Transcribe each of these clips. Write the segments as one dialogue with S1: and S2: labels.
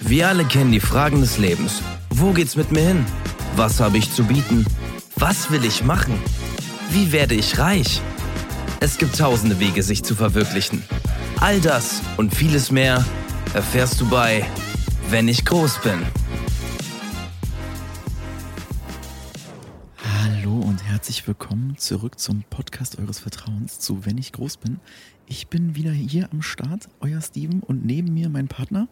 S1: Wir alle kennen die Fragen des Lebens. Wo geht's mit mir hin? Was habe ich zu bieten? Was will ich machen? Wie werde ich reich? Es gibt tausende Wege, sich zu verwirklichen. All das und vieles mehr erfährst du bei Wenn ich groß bin.
S2: Hallo und herzlich willkommen zurück zum Podcast eures Vertrauens zu Wenn ich groß bin. Ich bin wieder hier am Start, euer Steven und neben mir mein Partner.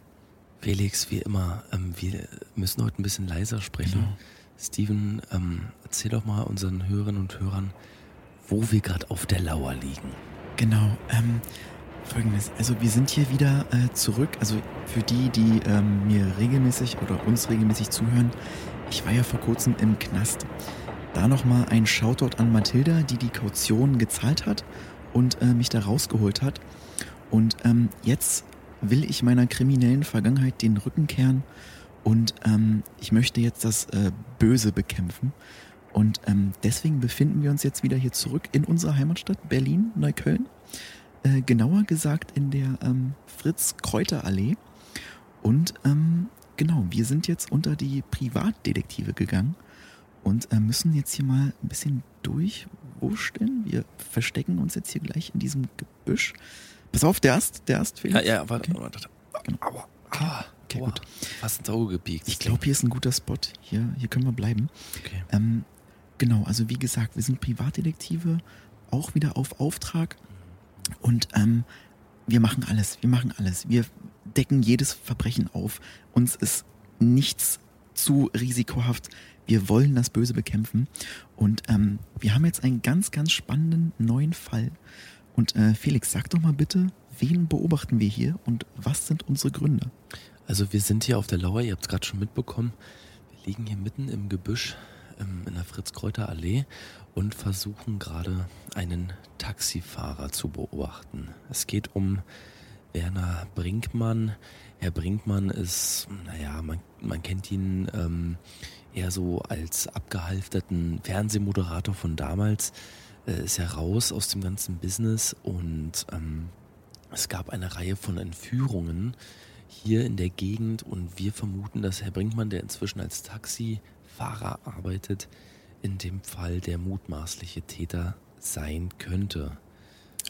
S3: Felix, wie immer, ähm, wir müssen heute ein bisschen leiser sprechen.
S2: Genau.
S3: Steven, ähm, erzähl doch mal unseren Hörerinnen und Hörern, wo wir gerade auf der Lauer liegen.
S2: Genau, ähm, folgendes. Also wir sind hier wieder äh, zurück. Also für die, die ähm, mir regelmäßig oder uns regelmäßig zuhören, ich war ja vor kurzem im Knast. Da nochmal ein Shoutout an Mathilda, die die Kaution gezahlt hat und äh, mich da rausgeholt hat. Und ähm, jetzt will ich meiner kriminellen Vergangenheit den Rücken kehren und ähm, ich möchte jetzt das äh, Böse bekämpfen. Und ähm, deswegen befinden wir uns jetzt wieder hier zurück in unserer Heimatstadt Berlin, Neukölln. Äh, genauer gesagt in der ähm, Fritz-Kräuter-Allee. Und ähm, genau, wir sind jetzt unter die Privatdetektive gegangen und äh, müssen jetzt hier mal ein bisschen durchwurschteln. Wir verstecken uns jetzt hier gleich in diesem Gebüsch. Pass auf, der Ast, der Ast, Felix.
S3: warte.
S2: Okay.
S3: warte.
S2: Genau.
S3: Aua, aua,
S2: Okay,
S3: aua.
S2: gut.
S3: Fast ins Auge gepiekt.
S2: Ich glaube, hier ist ein guter Spot. Hier, hier können wir bleiben.
S3: Okay.
S2: Ähm, genau, also wie gesagt, wir sind Privatdetektive, auch wieder auf Auftrag. Und ähm, wir machen alles, wir machen alles. Wir decken jedes Verbrechen auf. Uns ist nichts zu risikohaft. Wir wollen das Böse bekämpfen. Und ähm, wir haben jetzt einen ganz, ganz spannenden neuen Fall. Und äh, Felix, sag doch mal bitte, wen beobachten wir hier und was sind unsere Gründe?
S3: Also wir sind hier auf der Lauer, ihr habt es gerade schon mitbekommen. Wir liegen hier mitten im Gebüsch ähm, in der Fritz-Kräuter-Allee und versuchen gerade einen Taxifahrer zu beobachten. Es geht um Werner Brinkmann. Herr Brinkmann ist, naja, man, man kennt ihn ähm, eher so als abgehalfterten Fernsehmoderator von damals. Äh, ist ja raus aus dem ganzen Business und ähm, es gab eine Reihe von Entführungen hier in der Gegend und wir vermuten, dass Herr Brinkmann, der inzwischen als Taxifahrer arbeitet, in dem Fall der mutmaßliche Täter sein könnte.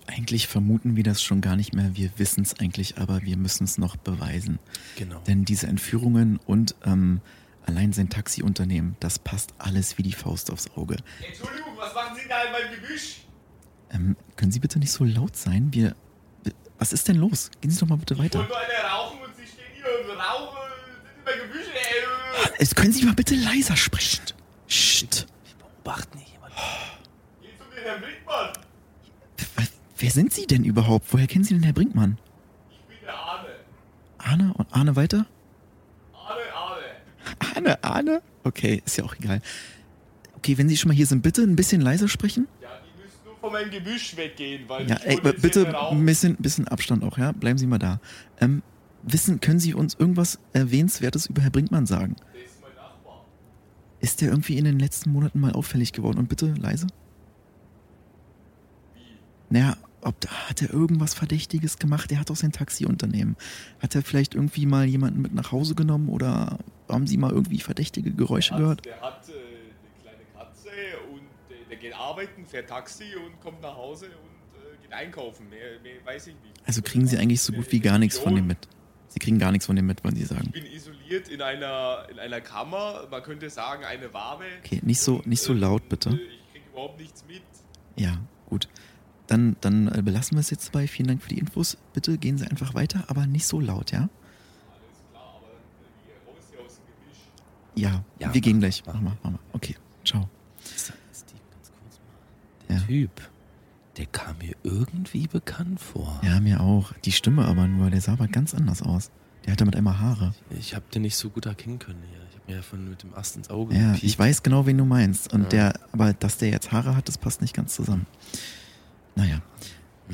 S2: Eigentlich vermuten wir das schon gar nicht mehr. Wir wissen es eigentlich, aber wir müssen es noch beweisen.
S3: Genau.
S2: Denn diese Entführungen und ähm, allein sein Taxiunternehmen, das passt alles wie die Faust aufs Auge.
S4: Entschuldigung, was machen Sie da in meinem Gebüsch?
S2: Ähm, können Sie bitte nicht so laut sein? Wir. äh, Was ist denn los? Gehen Sie doch mal bitte
S4: Ich wollte
S2: weiter.
S4: nur eine rauchen und Sie stehen hier und rauchen. Sind in meinem Gebüsch? Äh,
S2: Es können Sie mal bitte leiser sprechen. Psst.
S3: Wir beobachten hier jemanden.
S4: geht zu den Herrn Brinkmann.
S2: Was- Wer sind Sie denn überhaupt? Woher kennen Sie denn Herr Brinkmann?
S4: Ich bin der Arne.
S2: Arne und Arne weiter?
S4: Arne, Arne.
S2: Arne, Arne? Okay, ist ja auch egal. Okay, wenn Sie schon mal hier sind, bitte ein bisschen leiser sprechen.
S4: Ja, die müssen nur von meinem Gebüsch weggehen, weil
S2: Ja,
S4: ich
S2: ey,
S4: wollte jetzt
S2: bitte
S4: nicht mehr
S2: ein
S4: rauchen.
S2: bisschen, bisschen Abstand auch, ja? Bleiben Sie mal da. Ähm, wissen, können Sie uns irgendwas Erwähnenswertes über Herr Brinkmann sagen?
S4: Der ist mein Nachbar.
S2: Ist der irgendwie in den letzten Monaten mal auffällig geworden? Und bitte leise. Naja, ob da, hat er irgendwas Verdächtiges gemacht? Er hat auch sein Taxiunternehmen. Hat er vielleicht irgendwie mal jemanden mit nach Hause genommen oder haben Sie mal irgendwie verdächtige Geräusche
S4: Der
S2: gehört?
S4: hat, der hat äh, eine kleine Katze und äh, der geht arbeiten, fährt Taxi und kommt nach Hause und äh, geht einkaufen. Mehr, mehr weiß ich nicht. Äh,
S2: Also kriegen Sie eigentlich so gut wie gar nichts von dem mit. Sie kriegen gar nichts von dem mit, wollen Sie
S4: Ich
S2: sagen.
S4: bin isoliert in einer, in einer Kammer, man könnte sagen eine Wabe.
S2: Okay, nicht so, nicht so laut bitte.
S4: Und, äh, Ich krieg überhaupt nichts mit.
S2: Ja, gut. Dann, dann äh, belassen wir es jetzt dabei. Vielen Dank für die Infos. Bitte gehen Sie einfach weiter, aber nicht so laut, ja?
S4: Alles klar, aber dann äh, geh raus hier aus dem Gebüsch.
S2: Ja,
S3: Ja,
S2: wir gehen
S3: mach,
S2: gleich.
S3: mach.
S2: Mach mal, mach mal. Okay, ciao.
S3: Steve, ganz kurz mal. Der
S2: Ja.
S3: Typ, der kam mir irgendwie bekannt vor.
S2: Ja, mir auch. Die Stimme aber nur, der sah aber ganz anders aus. Der hatte mit einmal Haare.
S3: Ich habe den nicht so gut erkennen können hier. Ich habe mir ja von mit dem Ast ins Auge
S2: Ja,
S3: gepiekt.
S2: ich weiß genau, wen du meinst. Und
S3: Ja.
S2: der, aber dass der jetzt Haare hat, das passt nicht ganz zusammen. Naja,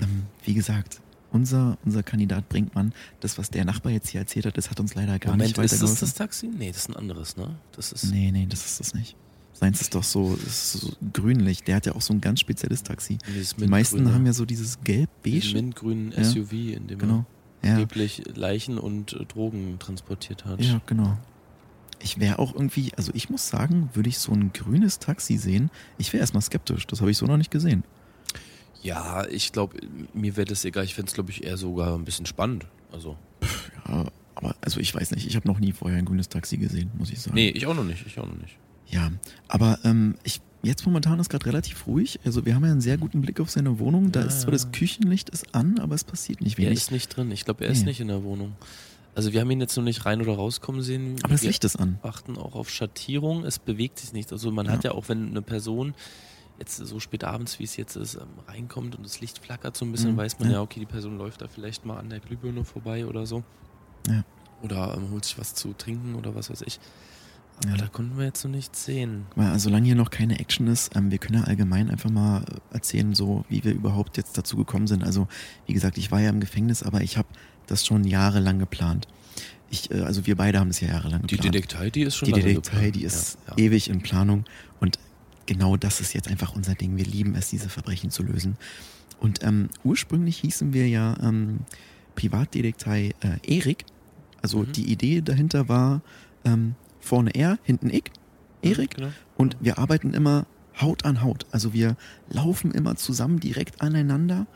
S2: ähm, wie gesagt, unser, unser Kandidat Brinkmann, das, was der Nachbar jetzt hier erzählt hat, das hat uns leider gar
S3: Moment,
S2: nicht
S3: ist das
S2: weitergeholfen.
S3: das Taxi? Nee, das ist ein anderes, ne? Das ist.
S2: Nee, nee, das ist das nicht. Seins ist doch so, ist so grünlich. Der hat ja auch so ein ganz spezielles Taxi.
S3: dieses
S2: Die meisten
S3: mintgrüne-
S2: haben ja so dieses gelb-beige.
S3: diesen mintgrünen
S2: Ja,
S3: SUV, in dem er-
S2: Genau. Ja.
S3: angeblich Leichen und äh, Drogen transportiert hat.
S2: Ja, genau. Ich wäre auch irgendwie, also ich muss sagen, würde ich so ein grünes Taxi sehen, ich wäre erstmal skeptisch. Das habe ich so noch nicht gesehen.
S3: Ja, ich glaube, mir wäre das egal. Ich fände es, glaube ich, eher sogar ein bisschen spannend. Also,
S2: Ja, aber also ich weiß nicht, ich habe noch nie vorher ein grünes Taxi gesehen, muss ich sagen.
S3: nee, ich auch noch nicht. Ich auch noch nicht.
S2: Ja, aber ähm, ich, jetzt momentan ist gerade relativ ruhig. Also wir haben ja einen sehr guten Blick auf seine Wohnung. Da
S3: Ja,
S2: ist zwar
S3: ja.
S2: das Küchenlicht ist an, aber es passiert nicht
S3: Er
S2: wenig.
S3: ist nicht drin. Ich glaube, er ist
S2: Nee.
S3: nicht in der Wohnung. Also, wir haben ihn jetzt noch nicht rein oder rauskommen sehen.
S2: aber das
S3: Wir-
S2: Licht ist an.
S3: achten auch auf Schattierung. Es bewegt sich nicht. Also man
S2: Ja.
S3: hat ja auch, wenn eine Person jetzt so spät abends, wie es jetzt ist, ähm, reinkommt und das Licht flackert so ein bisschen,
S2: Mhm,
S3: weiß man
S2: ja.
S3: ja. okay, die Person läuft da vielleicht mal an der Glühbirne vorbei oder so.
S2: Ja.
S3: Oder ähm, holt sich was zu trinken oder was weiß ich. Aber
S2: Ja.
S3: da konnten wir jetzt so nichts sehen.
S2: Guck Mal, äh, solange hier noch keine Action ist, ähm, wir können ja allgemein einfach mal äh, erzählen, so wie wir überhaupt jetzt dazu gekommen sind. Also wie gesagt, ich war ja im Gefängnis, aber ich habe das schon jahrelang geplant. Ich, äh, also wir beide haben es ja jahrelang
S3: Die
S2: geplant.
S3: Detektei, die ist schon
S2: die
S3: lange
S2: Detektei,
S3: geplant.
S2: die ist E-
S3: Ja, ja.
S2: ewig in Planung und genau das ist jetzt einfach unser Ding. Wir lieben es, diese Verbrechen zu lösen. Und ähm, ursprünglich hießen wir ja ähm, Privatdetektei äh, Erik. Also
S3: Mhm.
S2: die Idee dahinter war ähm, vorne er, hinten ich, Erik.
S3: Genau.
S2: Und wir arbeiten immer Haut an Haut. Also wir laufen immer zusammen direkt aneinander.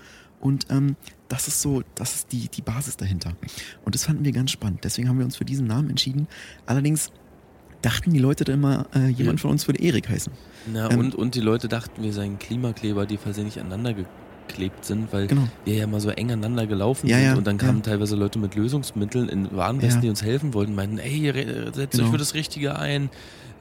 S2: Und ähm, das ist so, das ist die, die Basis dahinter. Und das fanden wir ganz spannend. Deswegen haben wir uns für diesen Namen entschieden. Allerdings dachten die Leute da immer, äh, jemand von uns würde Erik heißen.
S3: Na,
S2: Ähm,
S3: und, und die Leute dachten, wir seien Klimakleber, die versehentlich aneinander geklebt sind, weil
S2: Genau.
S3: wir ja mal so eng aneinander gelaufen
S2: Ja,
S3: sind
S2: ja,
S3: und dann kamen teilweise Leute mit Lösungsmitteln in Warnwesten,
S2: Ja.
S3: die uns helfen wollten, meinten, ey, re- äh, setzt euch
S2: Genau.
S3: für das Richtige ein,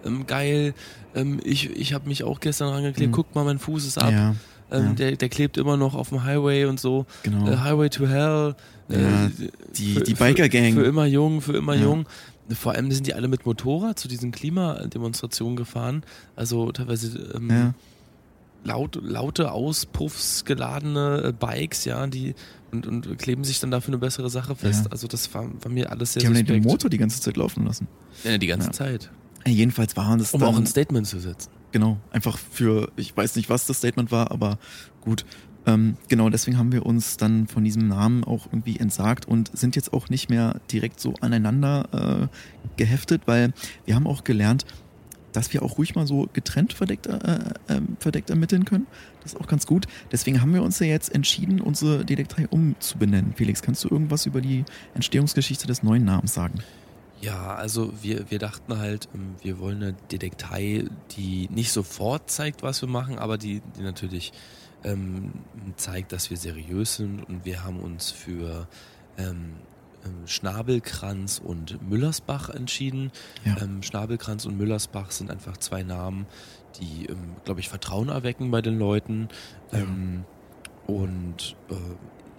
S3: ähm, geil, ähm, ich, ich habe mich auch gestern rangeklebt,
S2: Mhm.
S3: guck mal, mein Fuß ist ab,
S2: ja,
S3: ähm,
S2: ja.
S3: Der, der klebt immer noch auf dem Highway und so,
S2: genau.
S3: äh, Highway to Hell, äh,
S2: Ja,
S3: für-
S2: die die
S3: für-
S2: Biker-Gang.
S3: für immer jung, für immer
S2: Ja.
S3: jung. Vor allem sind die alle mit Motorrad zu diesen Klimademonstrationen gefahren. Also teilweise ähm,
S2: Ja,
S3: laut, laute, auspuffsgeladene äh, Bikes, ja, die und, und kleben sich dann dafür eine bessere Sache fest.
S2: Ja.
S3: Also das war, war mir alles sehr
S2: die haben ja den
S3: suspekt.
S2: Motor die ganze Zeit laufen lassen.
S3: ja, die ganze
S2: Ja.
S3: Zeit.
S2: Äh, jedenfalls waren das
S3: Um
S2: dann,
S3: auch ein Statement zu setzen.
S2: Genau, einfach für, ich weiß nicht, was das Statement war, aber gut. Ähm, genau, deswegen haben wir uns dann von diesem Namen auch irgendwie entsagt und sind jetzt auch nicht mehr direkt so aneinander äh, geheftet, weil wir haben auch gelernt, dass wir auch ruhig mal so getrennt verdeckt, äh, ähm, verdeckt ermitteln können. Das ist auch ganz gut. Deswegen haben wir uns ja jetzt entschieden, unsere Detektei umzubenennen. Felix, kannst du irgendwas über die Entstehungsgeschichte des neuen Namens sagen?
S3: Ja, also wir, wir dachten halt, ähm, wir wollen eine Detektei, die nicht sofort zeigt, was wir machen, aber die, die natürlich ähm, zeigt, dass wir seriös sind und wir haben uns für ähm, ähm, Schnabelkranz und Müllersbach entschieden.
S2: Ja.
S3: Ähm, Schnabelkranz und Müllersbach sind einfach zwei Namen, die, ähm, glaube ich, Vertrauen erwecken bei den Leuten.
S2: Ja.
S3: Ähm, und äh,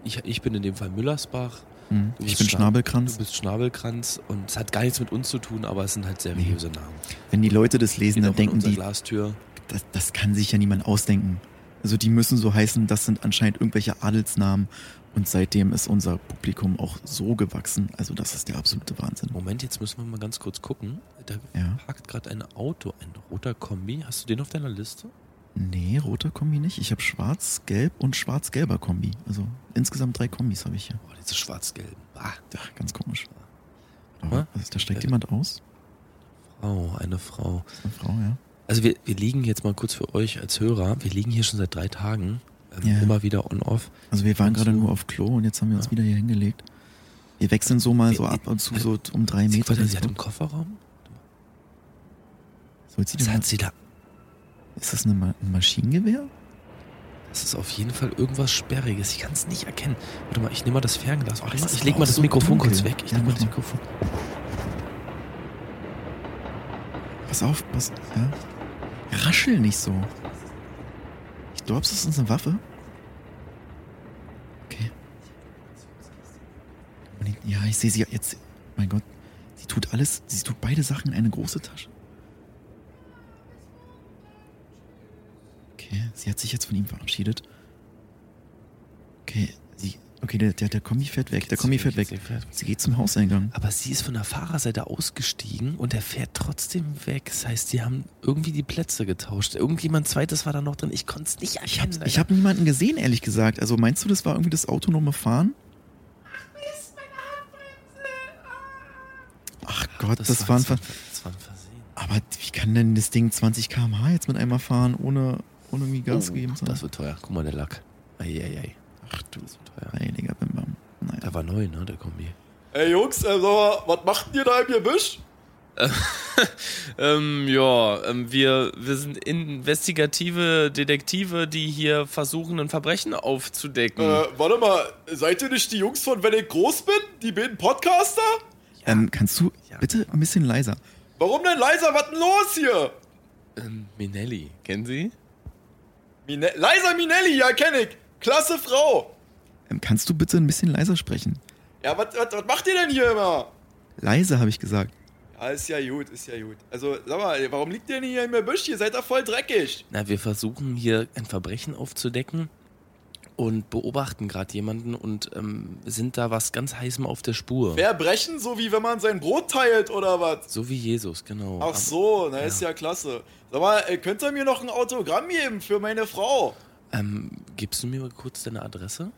S3: ich, ich bin in dem Fall Müllersbach.
S2: Hm,
S3: du bist
S2: Ich bin
S3: Schna-
S2: Schnabelkranz.
S3: Du bist Schnabelkranz und es hat gar nichts mit uns zu tun, aber es sind halt seriöse Namen.
S2: Wenn die Leute das lesen,
S3: Geht auch
S2: dann
S3: an
S2: denken
S3: unserer
S2: die,
S3: Glastür.
S2: das, das kann sich ja niemand ausdenken. Also die müssen so heißen, das sind anscheinend irgendwelche Adelsnamen. Und seitdem ist unser Publikum auch so gewachsen. Also das ist der absolute Wahnsinn.
S3: Moment, jetzt müssen wir mal ganz kurz gucken. Da
S2: Ja.
S3: parkt gerade ein Auto, ein roter Kombi. Hast du den auf deiner Liste?
S2: Nee, roter Kombi nicht. Ich habe schwarz, gelb und schwarz-gelber Kombi. Also insgesamt drei Kombis habe ich hier. Ah,
S3: Boah, diese schwarz-gelben. Bah.
S2: Ach, ganz komisch.
S3: Hä?
S2: Aber, also, da steigt jemand aus.
S3: Frau, eine Frau.
S2: Das ist eine Frau, ja.
S3: Also wir, wir liegen jetzt mal kurz für euch als Hörer. Wir liegen hier schon seit drei Tagen. Ähm,
S2: Ja.
S3: Immer wieder on-off.
S2: Also wir waren
S3: Ganz
S2: gerade
S3: so.
S2: nur auf Klo und jetzt haben wir uns
S3: Ja.
S2: wieder hier hingelegt. Wir wechseln so mal so
S3: Äh,
S2: ab und zu so um drei
S3: Sie,
S2: Meter.
S3: warte, sie hat im Kofferraum?
S2: Soll sie denn
S3: Was
S2: mal-
S3: hat sie da?
S2: Ist das eine Ma ein Maschinengewehr?
S3: Das ist auf jeden Fall irgendwas Sperriges. Ich kann es nicht erkennen. Warte mal, ich nehme mal das Fernglas. Warte
S2: das
S3: mal,
S2: ist
S3: ich lege mal
S2: auch
S3: das
S2: so
S3: Mikrofon
S2: dunkel.
S3: kurz weg. Ich
S2: Ja,
S3: leg mal
S2: mach
S3: das
S2: mal.
S3: Mikrofon.
S2: Pass auf, pass. Ja. Raschel nicht so. Ich glaube, es ist eine Waffe. Okay. Unbedingt- Ja, ich sehe sie jetzt. Mein Gott. Sie tut alles. Sie tut beide Sachen in eine große Tasche. Okay, sie hat sich jetzt von ihm verabschiedet. Okay, sie. Okay, der, der, der Kombi fährt weg. Der
S3: Jetzt-
S2: Kombi fährt
S3: jetzt-
S2: weg.
S3: jetzt-
S2: Sie geht zum Hauseingang.
S3: Aber sie ist von der Fahrerseite ausgestiegen und er fährt trotzdem weg. Das heißt, die haben irgendwie die Plätze getauscht. Irgendjemand zweites war da noch drin. Ich konnte es nicht
S2: Ich habe
S3: erkennen.
S2: ich hab niemanden gesehen, ehrlich gesagt. Also meinst du, das war irgendwie das autonome Fahren?
S5: Mist, mein
S2: Gott, das, war ein Ver
S3: das war ein Versehen.
S2: Aber wie kann denn das Ding 20 km/h jetzt mit einmal fahren, ohne, ohne irgendwie Gas geben zu
S3: Oh, Das wird teuer. Guck mal, der Lack. Eieiei. Ach du, das wird teuer.
S2: Heiliger Bim Bam. Naja.
S3: Der war neu, ne, der Kombi.
S4: Ey Jungs, äh, sag mal, was macht ihr da im Gebüsch?
S5: Ähm, ja, ähm, wir, wir sind investigative Detektive, die hier versuchen, ein Verbrechen aufzudecken.
S2: Hm.
S4: Äh, warte mal, seid ihr nicht die Jungs von Wenn ich groß bin? Die beiden Podcaster?
S2: Ähm, kannst du bitte ein bisschen leiser?
S4: Warum denn leiser? Was denn los hier?
S3: Ähm, Minelli, kennen Sie?
S4: Mine Leiser Minelli, ja kenn ich. Klasse Frau.
S2: Ähm, kannst du bitte ein bisschen leiser sprechen?
S4: Ja, was macht ihr denn hier immer?
S2: Leise, habe ich gesagt.
S4: Ja, ist ja gut, ist ja gut. Also, sag mal, warum liegt ihr denn hier im Gebüsch? Ihr seid doch voll dreckig.
S3: Na, wir versuchen hier ein Verbrechen aufzudecken und beobachten gerade jemanden und ähm, sind da was ganz Heißem auf der Spur.
S4: Verbrechen, so wie wenn man sein Brot teilt oder was?
S3: So wie Jesus, genau.
S4: Ach
S3: Aber-
S4: so, na ist ja klasse. Sag mal, äh, könnt ihr mir noch ein Autogramm geben für meine Frau?
S3: Ähm, gibst du mir mal kurz deine Adresse?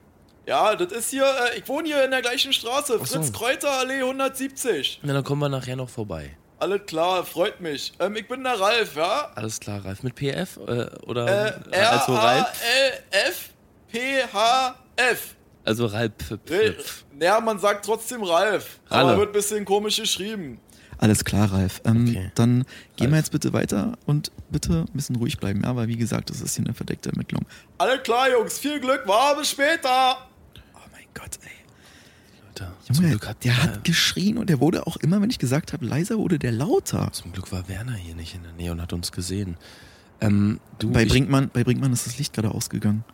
S4: Ja, das ist hier, äh, ich wohne hier in der gleichen Straße,
S3: Ach so.
S4: Fritz Kräuter Allee 170.
S3: Na, dann kommen wir nachher noch vorbei.
S4: Alles klar, freut mich. Ähm, ich bin der Ralf, ja?
S3: Alles klar, Ralf. Mit PF äh, oder
S4: Äh,
S3: äh, also Ralf?
S4: R-A-L-F-P-H-F.
S3: Also Ralf. Pf-
S4: Re-
S3: Pf.
S4: Äh, Naja, man sagt trotzdem Ralf. Aber
S3: Ralle.
S4: wird ein bisschen komisch geschrieben.
S2: Alles klar, Ralf. Ähm,
S3: Okay.
S2: Dann gehen wir
S3: Ralf.
S2: jetzt bitte weiter und bitte ein bisschen ruhig bleiben. Ja, weil wie gesagt, das ist hier eine verdeckte Ermittlung.
S4: Alles klar, Jungs, viel Glück, war bis später.
S2: Oh mein Gott, ey.
S3: Leute, zum
S2: Junge,
S3: Glück hat,
S2: der
S3: äh,
S2: hat geschrien und der wurde auch immer, wenn ich gesagt habe, leiser wurde der lauter.
S3: Zum Glück war Werner hier nicht in der Nähe und hat uns gesehen. Ähm, du,
S2: Bei
S3: ich-
S2: Brinkmann, bei Brinkmann ist das Licht gerade ausgegangen.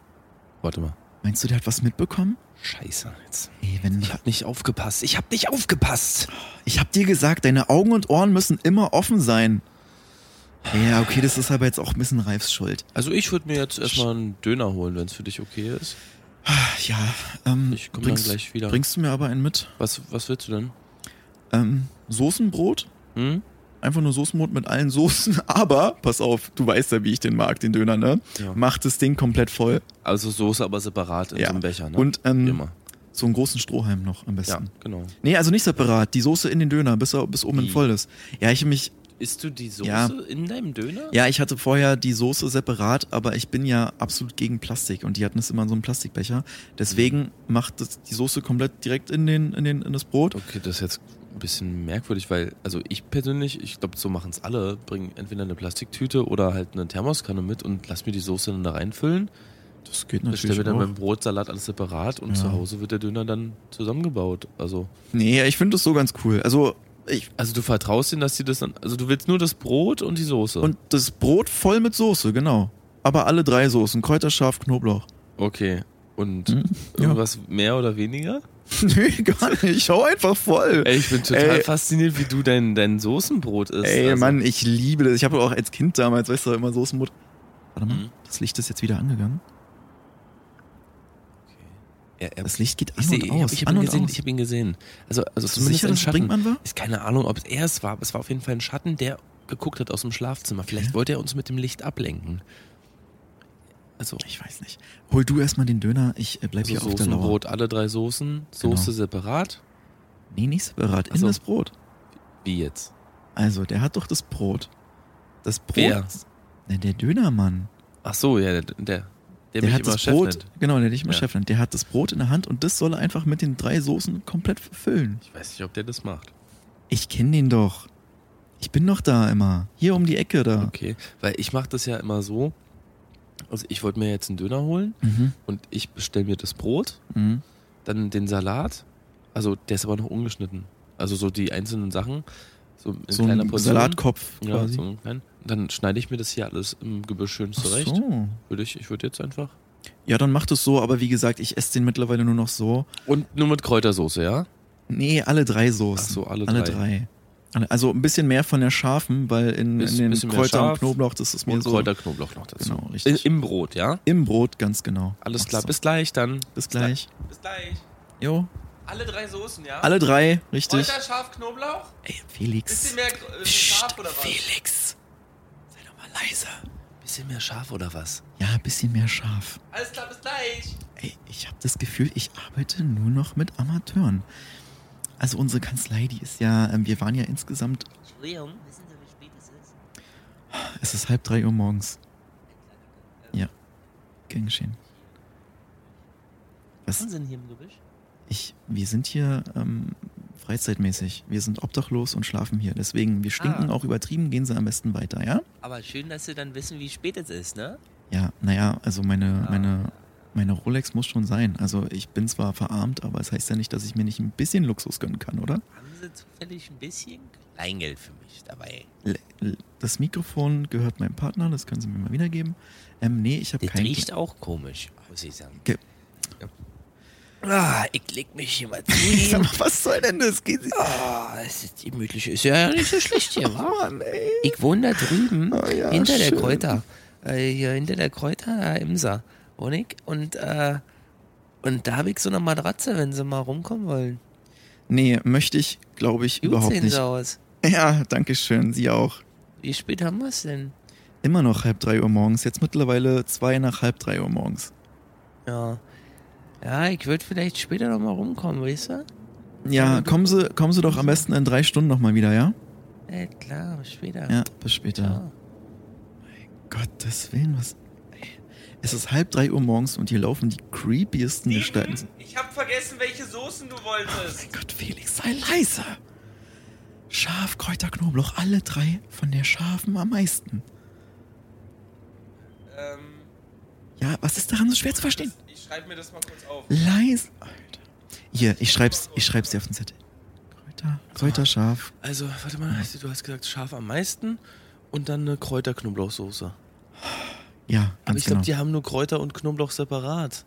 S3: Warte mal.
S2: Meinst du, der hat was mitbekommen?
S3: Scheiße, jetzt.
S2: Nee, wenn
S3: Ich hab nicht aufgepasst. Ich hab nicht aufgepasst.
S2: Ich hab dir gesagt, deine Augen und Ohren müssen immer offen sein. Ja, okay, das ist aber jetzt auch ein bisschen Ralfs Schuld.
S3: Also ich würde mir jetzt erstmal einen Döner holen, wenn es für dich okay ist.
S2: Ah, Ja, ähm,
S3: Ich komme dann
S2: bringst,
S3: gleich wieder.
S2: bringst du mir aber einen mit?
S3: Was, was willst du denn?
S2: Ähm, Soßenbrot?
S3: Hm?
S2: Einfach nur Soßenbrot mit allen Soßen, aber, pass auf, du weißt ja, wie ich den mag, den Döner, ne?
S3: Ja.
S2: Macht das Ding komplett voll.
S3: Also Soße, aber separat in
S2: Ja.
S3: so einem Becher, ne?
S2: Und ähm,
S3: Wie immer.
S2: so einen großen Strohhalm noch am
S3: Ja,
S2: besten.
S3: genau.
S2: Nee, also nicht separat, die Soße in den Döner, bis, er- bis oben hin
S3: Wie?
S2: voll ist. Ja, ich hab mich
S3: Isst du die Soße
S2: Ja.
S3: in deinem Döner?
S2: Ja, ich hatte vorher die Soße separat, aber ich bin ja absolut gegen Plastik und die hatten es immer in so einem Plastikbecher. Deswegen macht das die Soße komplett direkt in, den, in, den, in das Brot.
S3: Okay, das ist jetzt ein bisschen merkwürdig, weil, also ich persönlich, ich glaube, so machen es alle, bringen entweder eine Plastiktüte oder halt eine Thermoskanne mit und lass mir die Soße dann da reinfüllen.
S2: Das geht
S3: Bestelle
S2: natürlich
S3: mir dann
S2: auch.
S3: beim Brot, Salat alles separat und
S2: Ja.
S3: zu Hause wird der Döner dann zusammengebaut. Also,
S2: Nee, ich finde das so ganz cool. Also, ich,
S3: also du vertraust denen, dass die das dann, also du willst nur das Brot und die Soße.
S2: und das Brot voll mit Soße, genau. Aber alle drei Soßen, Kräuterscharf, Knoblauch.
S3: okay. Und
S2: Hm? Ja.
S3: irgendwas mehr oder weniger?
S2: Nö, gar nicht. Ich hau einfach voll.
S3: Ey, ich bin total
S2: Ey.
S3: fasziniert, wie du dein, dein Soßenbrot isst.
S2: Ey,
S3: also,
S2: Mann, ich liebe das. Ich habe auch als Kind damals, weißt du, immer Soßenbrot. Warte mal,
S3: Mhm.
S2: das Licht ist jetzt wieder angegangen.
S3: Er, er,
S2: Das Licht geht an
S3: ich seh-
S2: und
S3: ich
S2: aus.
S3: hab, ich hab
S2: an
S3: ihn
S2: und
S3: gesehen,
S2: aus.
S3: ich hab ihn gesehen. Also, also
S2: Bist du
S3: zumindest
S2: sicher,
S3: im
S2: dass es
S3: Schatten.
S2: Brinkmann war?
S3: Ist keine Ahnung, ob es er es war, aber es war auf jeden Fall ein Schatten, der geguckt hat aus dem Schlafzimmer. Vielleicht wollte er uns mit dem Licht ablenken. Also,
S2: Ich weiß nicht. Hol du erstmal den Döner, ich äh, bleib
S3: also
S2: hier auf der Lauer.
S3: Soßenbrot, alle drei Soßen, Soße
S2: Genau.
S3: separat.
S2: Nee, nicht separat, in
S3: Ach so.
S2: das Brot.
S3: Wie jetzt?
S2: Also, der hat doch das Brot. Das Brot.
S3: Wer?
S2: Na, der Dönermann.
S3: Ach so, ja, der, der, der,
S2: der
S3: mich
S2: hat
S3: immer
S2: das
S3: Chef
S2: Brot.
S3: nennt.
S2: Genau, der dich mal
S3: Ja.
S2: Chef nennt. Der hat das Brot in der Hand und das soll er einfach mit den drei Soßen komplett füllen.
S3: Ich weiß nicht, ob der das macht.
S2: Ich kenne den doch. Ich bin noch da immer. Hier um die Ecke da.
S3: Okay, weil ich mache das ja immer so. Also ich wollte mir jetzt einen Döner holen
S2: Mhm.
S3: und ich bestelle mir das Brot,
S2: Mhm.
S3: dann den Salat. Also der ist aber noch ungeschnitten. Also so die einzelnen Sachen. So in
S2: So
S3: kleiner
S2: ein
S3: Portion.
S2: Salatkopf
S3: Ja,
S2: quasi.
S3: so einen kleinen. Dann schneide ich mir das hier alles im Gebüsch schön
S2: Ach
S3: zurecht.
S2: so.
S3: Würde ich, ich würde jetzt einfach.
S2: Ja, dann mach das so, aber wie gesagt, ich esse den mittlerweile nur noch so.
S3: Und nur mit Kräutersoße, ja?
S2: Nee, alle drei Soßen.
S3: Ach so, alle
S2: alle
S3: drei.
S2: drei. Alle- Also ein bisschen mehr von der scharfen, weil in,
S3: Biss-
S2: in den
S3: bisschen mehr
S2: Kräuter und
S3: scharf
S2: Knoblauch, das ist mir
S3: Und
S2: so.
S3: Kräuterknoblauch noch dazu.
S2: Genau, richtig.
S3: I- Im Brot, ja?
S2: Im Brot, ganz genau.
S3: Alles
S2: Ach
S3: klar,
S2: so.
S3: bis gleich dann.
S2: bis gleich.
S5: Bis gleich.
S2: Jo,
S5: Alle drei Soßen, ja?
S2: alle drei, richtig.
S5: Kräuter, Schaf, Knoblauch?
S2: Ey,
S5: Bisschen
S2: Felix.
S5: mehr äh, Schaf oder was?
S2: Felix. Sei doch mal leise.
S3: Bisschen mehr scharf oder was?
S2: Ja, ein bisschen mehr scharf.
S5: Alles klar, bis gleich.
S2: Ey, ich habe das Gefühl, ich arbeite nur noch mit Amateuren. Also unsere Kanzlei, die ist ja, ähm, wir waren ja insgesamt,
S6: Entschuldigung, wissen Sie, wie spät es ist?
S2: es ist halb drei Uhr morgens. Ja, gern geschehen. Was?
S6: Was sind hier im Gebüsch?
S2: Ich, wir sind hier ähm, freizeitmäßig. Wir sind obdachlos und schlafen hier. Deswegen, wir stinken
S6: Ah.
S2: auch übertrieben, gehen Sie am besten weiter, ja?
S6: Aber schön, dass Sie dann wissen, wie spät es ist, ne?
S2: Ja, naja, also meine, meine, meine Rolex muss schon sein. Also ich bin zwar verarmt, aber es heißt ja nicht, dass ich mir nicht ein bisschen Luxus gönnen kann, oder?
S6: Haben Sie zufällig ein bisschen Kleingeld für mich dabei?
S2: L- l- Das Mikrofon gehört meinem Partner, das können Sie mir mal wiedergeben. Ähm, nee, ich habe
S6: Das
S2: kein...
S6: riecht auch komisch, muss ich sagen.
S2: Ge-
S6: Ah, ich leg mich hier mal zu.
S2: Sag mal, was soll denn das? Gehen Sie...
S6: Ah, es ist gemütlich. Ist ja nicht so schlecht hier, wa? Ich wohne da drüben,
S2: Oh ja,
S6: hinter
S2: schön.
S6: der Kräuter. Äh, hier hinter der Kräuter, da im Saar. Wohne ich. Und, äh, und da habe ich so eine Matratze, wenn sie mal rumkommen wollen.
S2: Nee, möchte ich, glaube ich,
S6: Gut
S2: überhaupt
S6: sehen
S2: nicht.
S6: sie aus.
S2: Ja, danke schön, Sie auch.
S6: Wie spät haben wir es denn?
S2: Immer noch halb drei Uhr morgens, jetzt mittlerweile zwei nach halb drei Uhr morgens.
S6: Ja. Ja, ich würde vielleicht später nochmal rumkommen, weißt du?
S2: Ja, kommen Sie, kommen Sie doch am besten in drei Stunden nochmal wieder, ja?
S6: Äh, klar, bis später.
S2: Ja, bis später.
S6: Ciao.
S2: Gottes Willen, was. ey. Es ist halb drei Uhr morgens und hier laufen die creepiesten Gestalten.
S5: Ich hab vergessen, welche Soßen du wolltest.
S2: Mein Gott, Felix, sei leise! Schaf, Kräuter, Knoblauch, alle drei von der Schafen am meisten.
S5: Ähm,
S2: Ja, was ist daran so schwer zu verstehen?
S5: ich schreibe mir das mal kurz auf.
S2: Leise. Alter. Hier, ich schreib's, ich schreib's dir auf den Zettel. Kräuter, Kräuter, Schaf.
S3: Also, warte mal, du hast gesagt Schaf am meisten und dann eine Kräuterknoblauchsoße.
S2: Ja,
S3: Aber
S2: ganz
S3: ich glaube,
S2: genau.
S3: die haben nur Kräuter und Knoblauch separat.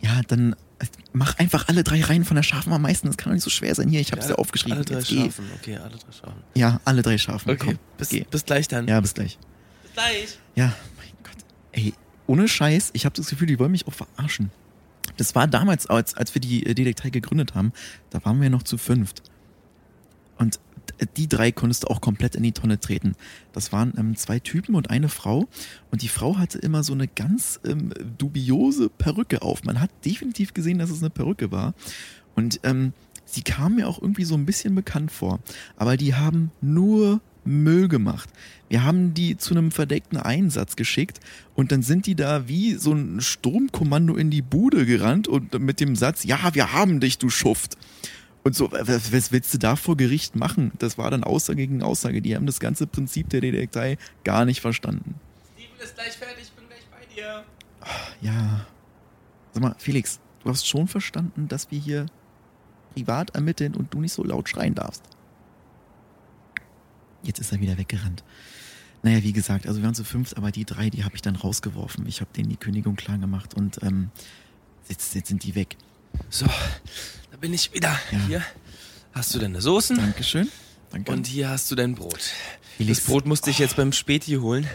S2: Ja, dann äh, mach einfach alle drei Reihen von der Schafen am meisten. Das kann doch nicht so schwer sein. Hier, ich hab's
S3: alle-
S2: dir aufgeschrieben.
S3: Alle drei
S2: Jetzt geh.
S3: Schafen, okay, alle drei Schafen.
S2: Ja, alle drei Schafen.
S3: Okay,
S2: Komm,
S3: bis,
S2: geh.
S3: bis gleich dann.
S2: Ja, bis gleich.
S6: Bis gleich.
S2: Ja, mein Gott. Ey, ohne Scheiß, ich habe das Gefühl, die wollen mich auch verarschen. Das war damals, als, als wir die äh, Detektei gegründet haben, da waren wir noch zu fünft. Und d- die drei konntest du auch komplett in die Tonne treten. Das waren ähm, zwei Typen und eine Frau. Und die Frau hatte immer so eine ganz ähm, dubiose Perücke auf. Man hat definitiv gesehen, dass es eine Perücke war. Und ähm, sie kam mir auch irgendwie so ein bisschen bekannt vor. Aber die haben nur Müll gemacht. Wir haben die zu einem verdeckten Einsatz geschickt und dann sind die da wie so ein Sturmkommando in die Bude gerannt und mit dem Satz, ja, wir haben dich, du Schuft. Und so, was, was willst du da vor Gericht machen? Das war dann Aussage gegen Aussage. Die haben das ganze Prinzip der Detektei gar nicht verstanden.
S5: Steven ist gleich fertig, ich bin gleich bei dir.
S2: Ja. Sag mal, Felix, du hast schon verstanden, dass wir hier privat ermitteln und du nicht so laut schreien darfst. Jetzt ist er wieder weggerannt. Naja, wie gesagt, also wir waren zu fünft, aber die drei, die habe ich dann rausgeworfen. Ich habe denen die Kündigung klar gemacht und ähm, jetzt, jetzt sind die weg.
S3: So, da bin ich wieder.
S2: Ja.
S3: Hier hast du deine Soßen
S2: Dankeschön. Danke.
S3: und hier hast du dein Brot.
S2: Felix,
S3: Das Brot musste ich
S2: Oh.
S3: jetzt beim Späti holen.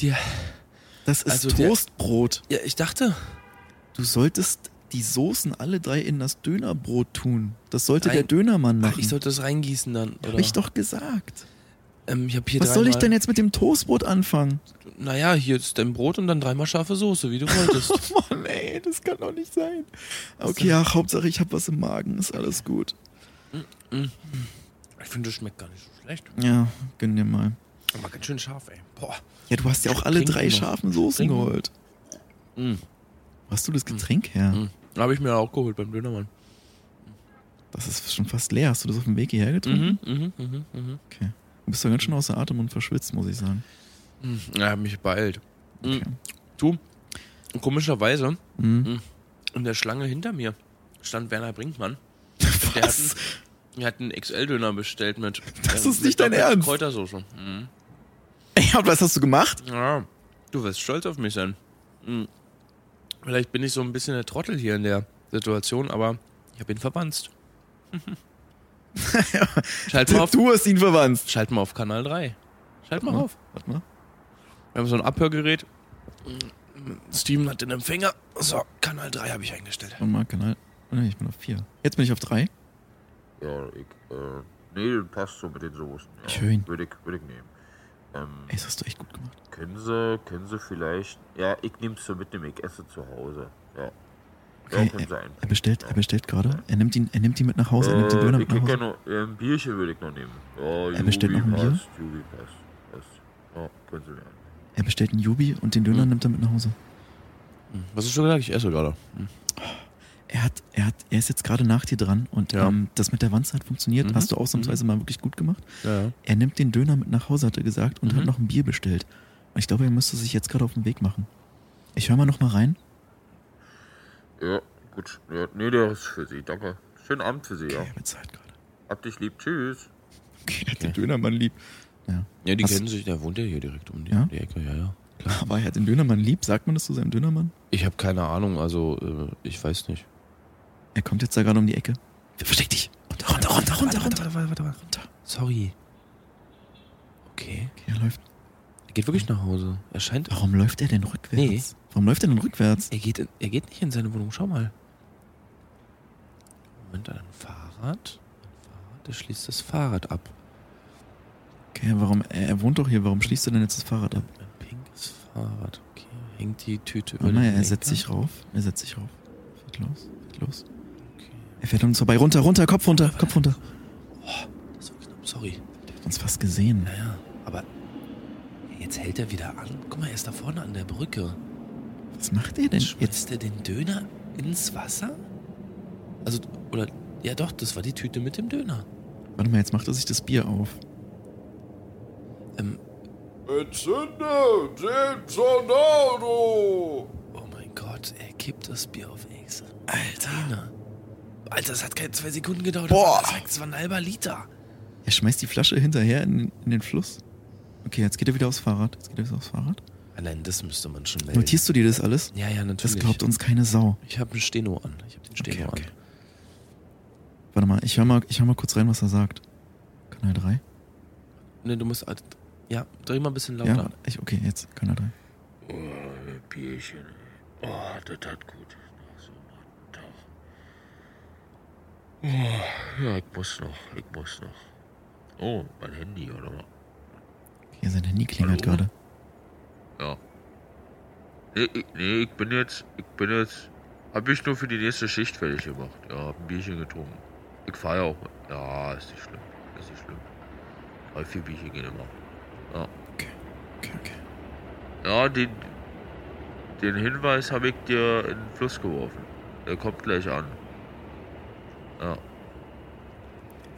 S3: Dir,
S2: das ist
S3: also der-
S2: Toastbrot.
S3: ja, ich dachte,
S2: Du solltest die Soßen alle drei in das Dönerbrot tun. Das sollte
S3: Nein.
S2: der Dönermann machen.
S3: ach, ich sollte das reingießen dann. Oder?
S2: Hab ich doch gesagt.
S3: Ähm, ich hab hier
S2: Was soll ich
S3: dreimal-
S2: denn jetzt mit dem Toastbrot anfangen?
S3: Naja, hier ist dein Brot und dann dreimal scharfe Soße, wie du wolltest.
S2: Oh Mann, ey, das kann doch nicht sein. Okay, ja, Hauptsache ich habe was im Magen, ist alles gut.
S3: ich finde, das schmeckt gar nicht so schlecht.
S2: Ja, gönn dir mal.
S3: Aber ganz schön scharf, ey. Boah.
S2: Ja, du hast ja auch alle
S3: Trinken
S2: drei
S3: noch.
S2: scharfen Soßen
S3: Trinken.
S2: geholt.
S3: Mhm.
S2: Wo hast du das Getränk her?
S3: Mhm. Habe ich mir auch geholt beim Dönermann.
S2: Das ist schon fast leer. Hast du das auf dem Weg hierher getrunken?
S3: Mhm, mhm, mhm, mhm.
S2: Okay. Du bist doch ganz schön außer Atem und verschwitzt, muss ich sagen.
S3: Mhm. Er hat mich beeilt. Mhm.
S2: Okay.
S3: Du, komischerweise,
S2: Mhm.
S3: in der Schlange hinter mir stand Werner Brinkmann. Der hat
S2: Was?
S3: einen, der hat einen XL-Döner bestellt mit.
S2: Das
S3: äh,
S2: ist
S3: mit
S2: nicht dein
S3: Doppel-
S2: Ernst.
S3: Kräutersoße. Mhm.
S2: Ja, und was hast du gemacht?
S3: Ja, du wirst stolz auf mich sein. Mhm. Vielleicht bin ich so ein bisschen der Trottel hier in der Situation, aber ich habe ihn verwanzt. schalt, mal auf,
S2: Du hast ihn verwandt.
S3: schalt mal auf Kanal 3. Schalt mal
S2: Warte mal.
S3: auf.
S2: Warte mal.
S3: Wir haben so ein Abhörgerät. Mhm. Steven hat den Empfänger. So, Kanal 3 habe ich eingestellt.
S2: Warte mal, Kanal. Oh, nee, ich bin auf vier. Jetzt bin ich auf drei.
S7: Ja, ich, äh, nee, passt so mit den Soßen. Ja.
S2: Schön.
S7: Würde ich, würde ich nehmen. Ähm,
S2: Ey, das hast du echt gut gemacht.
S7: können sie, können sie vielleicht, ja, ich nehm's so mit, nehmen, ich esse zu Hause. Ja. Ja,
S2: Okay,
S7: kann sein.
S2: Er bestellt, er bestellt gerade. Er nimmt ihn, er nimmt ihn mit nach Hause, er nimmt den Döner
S7: Äh,
S2: mit
S7: ich
S2: nach
S7: hätte
S2: Hause.
S7: gerne äh, ein Bierchen würde ich noch nehmen. Ja, Jubi
S2: bestellt noch ein Bier?
S7: passt, Jubi passt. passt. Ja, können Sie lernen.
S2: Er bestellt einen Jubi und den Döner nimmt er mit nach Hause.
S3: Mhm. Was hast du gesagt? Ich esse gerade.
S2: Er hat, er hat, er ist jetzt gerade nach dir dran und
S3: Ja.
S2: ähm, das mit der Wanze hat funktioniert.
S3: Mhm.
S2: Hast du ausnahmsweise mal wirklich gut gemacht.
S3: Ja, ja.
S2: Er nimmt den Döner mit nach Hause, hat er gesagt, und hat
S3: Mhm.
S2: noch ein Bier bestellt. Und ich glaube, er müsste sich jetzt gerade auf den Weg machen. Ich höre mal noch mal rein.
S7: Ja, gut. Ja, nee, der ist für Sie. Danke. Schönen Abend für Sie, ja.
S2: Okay, er bezahlt gerade.
S7: Hab dich lieb. Tschüss.
S2: Okay, er hat den Dönermann lieb.
S3: Ja, die
S2: Hast-
S3: kennen sich, der wohnt ja hier direkt um die,
S2: Ja?
S3: um die Ecke, ja, ja.
S2: Aber er hat den Dönermann lieb. Sagt man das zu seinem Dönermann?
S3: Ich habe keine Ahnung, also äh, ich weiß nicht.
S2: Er kommt jetzt da gerade um die Ecke. Versteck dich. Runter, runter, runter, runter, runter.
S3: warte, warte, warte. Sorry. Okay.
S2: Okay, er läuft.
S3: Er geht wirklich nach Hause. Er scheint.
S2: Warum läuft er denn rückwärts?
S3: Nee.
S2: Warum läuft er denn rückwärts?
S3: Er geht, in, er geht nicht in seine Wohnung. Schau mal. Moment, ein Fahrrad. Ein Fahrrad. Er schließt das Fahrrad ab.
S2: Okay, warum? Er, er wohnt doch hier. Warum schließt er denn jetzt das Fahrrad ab?
S3: Ein pinkes Fahrrad. Okay. Hängt die Tüte über
S2: Oh, naja,
S3: den ne?
S2: er setzt
S3: Lenker.
S2: sich rauf. Er setzt sich rauf. Fährt los. Fährt los. Er fährt an uns vorbei. Runter, runter, Kopf runter, Kopf runter.
S3: Das war knapp. Sorry.
S2: Er hat uns fast gesehen.
S3: Naja, aber jetzt hält er wieder an. Guck mal, er ist da vorne an der Brücke.
S2: Was macht er denn jetzt?
S3: Schmeißt er den Döner ins Wasser? Also, oder, ja doch, das war die Tüte mit dem Döner.
S2: Warte mal, jetzt macht er sich das Bier auf.
S3: Ähm,
S4: Entzünde den Tornado!
S3: oh mein Gott, er kippt das Bier auf Exe. Alter. Döner. Alter, das hat keine zwei Sekunden gedauert.
S2: Boah.
S3: Das war- Das war ein halber Liter.
S2: Er schmeißt die Flasche hinterher in, in den Fluss. Okay, jetzt geht er wieder aufs Fahrrad. Jetzt geht er wieder aufs Fahrrad.
S3: Allein das müsste man schon melden.
S2: Notierst du dir das alles?
S3: Ja, ja,
S2: Das
S3: natürlich.
S2: glaubt uns keine Sau.
S3: ich habe einen Steno an. Ich habe den Steno
S2: Okay, okay.
S3: an.
S2: Warte mal, ich hör mal, ich hör mal kurz rein, was er sagt. Kanal 3?
S3: Nee, du musst, ja, dreh mal ein bisschen lauter.
S2: Ja, ich, okay, jetzt. Kanal 3.
S7: Oh, ein Bierchen. Oh, das tat gut. Nach so einem Tag. Oh, ja, ich muss noch. Ich muss noch. Oh, mein Handy, oder was?
S2: Okay, sein Handy klingelt
S7: Hallo?
S2: gerade.
S7: Ja. Nee, ich, nee, ich bin jetzt, ich bin jetzt, hab ich nur für die nächste Schicht fertig gemacht. Ja, hab ein Bierchen getrunken. Ich fahr ja auch. Ja, ist nicht schlimm, ist nicht schlimm. Drei, vier Bierchen gehen immer.
S2: Okay, okay.
S7: Ja, den, den Hinweis habe ich dir in den Fluss geworfen. Der kommt gleich an. Ja.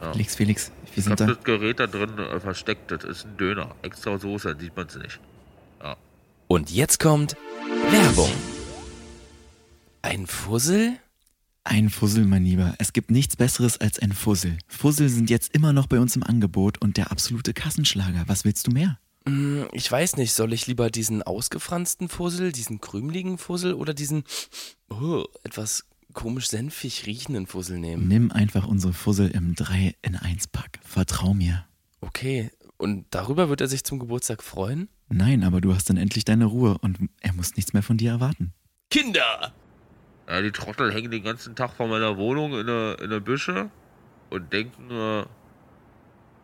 S7: ja.
S2: Felix, Felix, wir
S7: Ich
S2: sind
S7: hab
S2: da.
S7: das Gerät da drin äh, versteckt. Das ist ein Döner. Extra Soße, dann sieht man es nicht.
S1: Und jetzt kommt Werbung.
S3: Ein Fussel?
S2: Ein Fussel, mein Lieber. Es gibt nichts Besseres als ein Fussel. Fussel sind jetzt immer noch bei uns im Angebot und der absolute Kassenschlager. Was willst du mehr?
S3: Hm, Ich weiß nicht, soll ich lieber diesen ausgefransten Fussel, diesen krümeligen Fussel oder diesen oh, etwas komisch senfig riechenden Fussel nehmen?
S2: Nimm einfach unsere Fussel im 3 in 1 Pack. Vertrau mir.
S3: Okay, und darüber wird er sich zum Geburtstag freuen?
S2: Nein, aber du hast dann endlich deine Ruhe und er muss nichts mehr von dir erwarten.
S5: Kinder!
S7: Ja, die Trottel hängen den ganzen Tag vor meiner Wohnung in der, in der Büsche und denken, äh,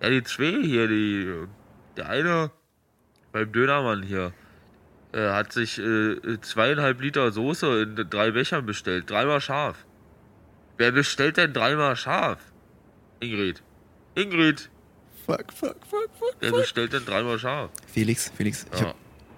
S7: ja, die zwei hier, die, äh, der eine beim Dönermann hier, äh, hat sich äh, zweieinhalb Liter Soße in drei Bechern bestellt, dreimal scharf. Wer bestellt denn dreimal scharf? Ingrid. Ingrid,
S2: Fuck, fuck, fuck, fuck.
S7: wer bestellt denn dreimal scharf?
S2: Felix, Felix, ich
S7: Ja.
S2: hab,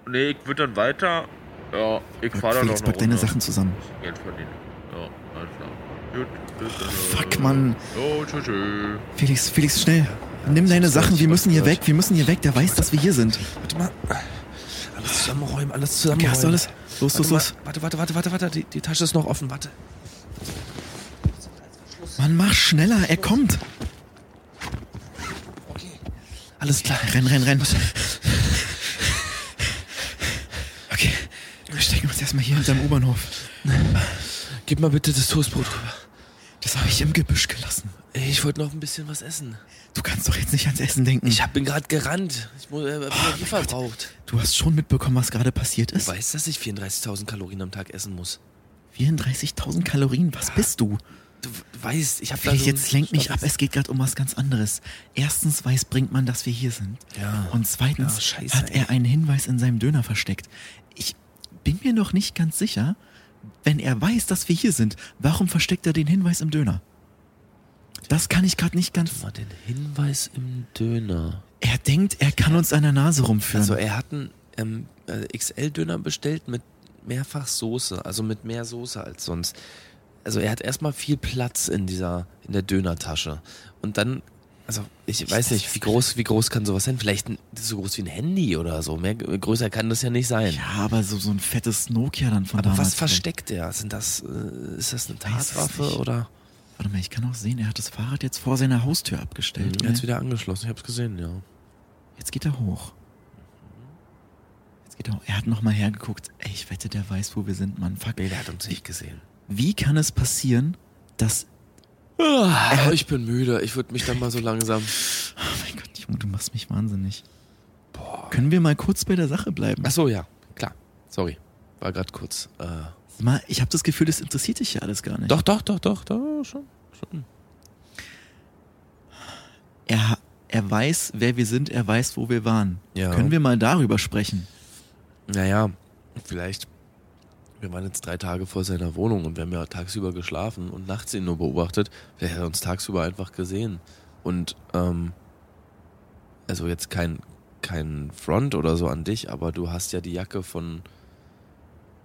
S7: Nee, ich würde dann weiter. Ja, ich fahre dann noch
S2: Felix,
S7: eine
S2: pack deine
S7: Runde.
S2: Sachen zusammen.
S7: Geld verdienen. Ja, alles klar. Gut, bis dann.
S2: Fuck, Mann.
S7: Jo, tschüss, tschüss.
S2: Felix, Felix, schnell. Nimm deine Sachen, wir müssen hier weg, wir müssen hier weg. Der weiß, dass wir hier sind.
S3: Warte mal. Alles zusammenräumen, alles
S2: Okay,
S3: zusammenräumen.
S2: hast du alles? Los, los,
S3: Warte,
S2: los.
S3: mal, warte, warte, warte, warte, warte. Die, die Tasche ist noch offen, warte.
S2: Mann, mach schneller, er kommt.
S3: Alles klar.
S2: Renn, renn, renn. Okay, wir stecken uns erstmal hier hinterm U-Bahnhof.
S3: Gib mal bitte das Toastbrot rüber.
S2: Das habe ich im Gebüsch gelassen.
S3: Ey, Ich wollte noch ein bisschen was essen.
S2: Du kannst doch jetzt nicht ans Essen denken.
S3: Ich hab, bin gerade gerannt. Ich mu- äh, bin oh, verbraucht.
S2: du hast schon mitbekommen, was gerade passiert
S3: Du
S2: ist.
S3: weißt, dass ich 34.000 Kalorien am Tag essen muss.
S2: 34.000 Kalorien, was bist du?
S3: Du w- weißt, also, ich habe da
S2: Felix,
S3: so
S2: jetzt
S3: ein-
S2: lenk mich ab, es geht gerade um was ganz anderes. Erstens weiß Brinkmann, dass wir hier sind.
S3: Ja.
S2: Und zweitens
S3: Ja, scheiße,
S2: hat er einen Hinweis in seinem Döner versteckt. Ich bin mir noch nicht ganz sicher, Wenn er weiß, dass wir hier sind, warum versteckt er den Hinweis im Döner? Das kann ich gerade nicht ganz.
S3: Mal den Hinweis im Döner.
S2: Er denkt, er kann uns an der Nase rumführen.
S3: Also er hat einen ähm, äh, XL-Döner bestellt mit mehrfach Soße, also mit mehr Soße als sonst. Also er hat erstmal viel Platz in dieser, in der Dönertasche. Und dann, also ich, weiß nicht, wie groß, wie groß kann sowas sein? Vielleicht ein- so groß wie ein Handy oder so. Mehr, größer kann das ja nicht sein.
S2: ja, aber so, so ein fettes Nokia dann von
S3: Aber
S2: damals.
S3: was versteckt er? Sind das, äh, ist das eine
S2: weiß es nicht.
S3: Tatwaffe oder?
S2: vielleicht. Warte mal, ich kann auch sehen, er hat das Fahrrad jetzt vor seiner Haustür abgestellt.
S3: Er
S2: oder?
S3: hat's wieder angeschlossen, ich hab's gesehen, ja.
S2: Jetzt geht er hoch. Jetzt geht er hoch. Er hat nochmal hergeguckt. Ey, ich wette, der weiß, wo wir sind, Mann. Fuck.
S3: Nee, der hat uns nicht gesehen.
S2: Wie kann es passieren, dass.
S3: Ah, ich bin müde, ich würde mich dann mal so langsam.
S2: Oh mein Gott, Junge, du machst mich wahnsinnig. Können wir mal kurz bei der Sache bleiben?
S3: Ach so, ja, klar. Sorry. War gerade kurz. Äh,
S2: Mal, ich habe das Gefühl, das interessiert dich ja alles gar nicht.
S3: doch, doch, doch, doch, doch, schon.
S2: Er, ha- er weiß, wer wir sind, er weiß, wo wir waren.
S3: Ja.
S2: Können wir mal darüber sprechen?
S3: Naja, vielleicht. Wir waren jetzt drei Tage vor seiner Wohnung und wir haben ja tagsüber geschlafen und nachts ihn nur beobachtet. Vielleicht hat er uns tagsüber einfach gesehen. Und, ähm, also jetzt kein, kein Front oder so an dich, aber du hast ja die Jacke von,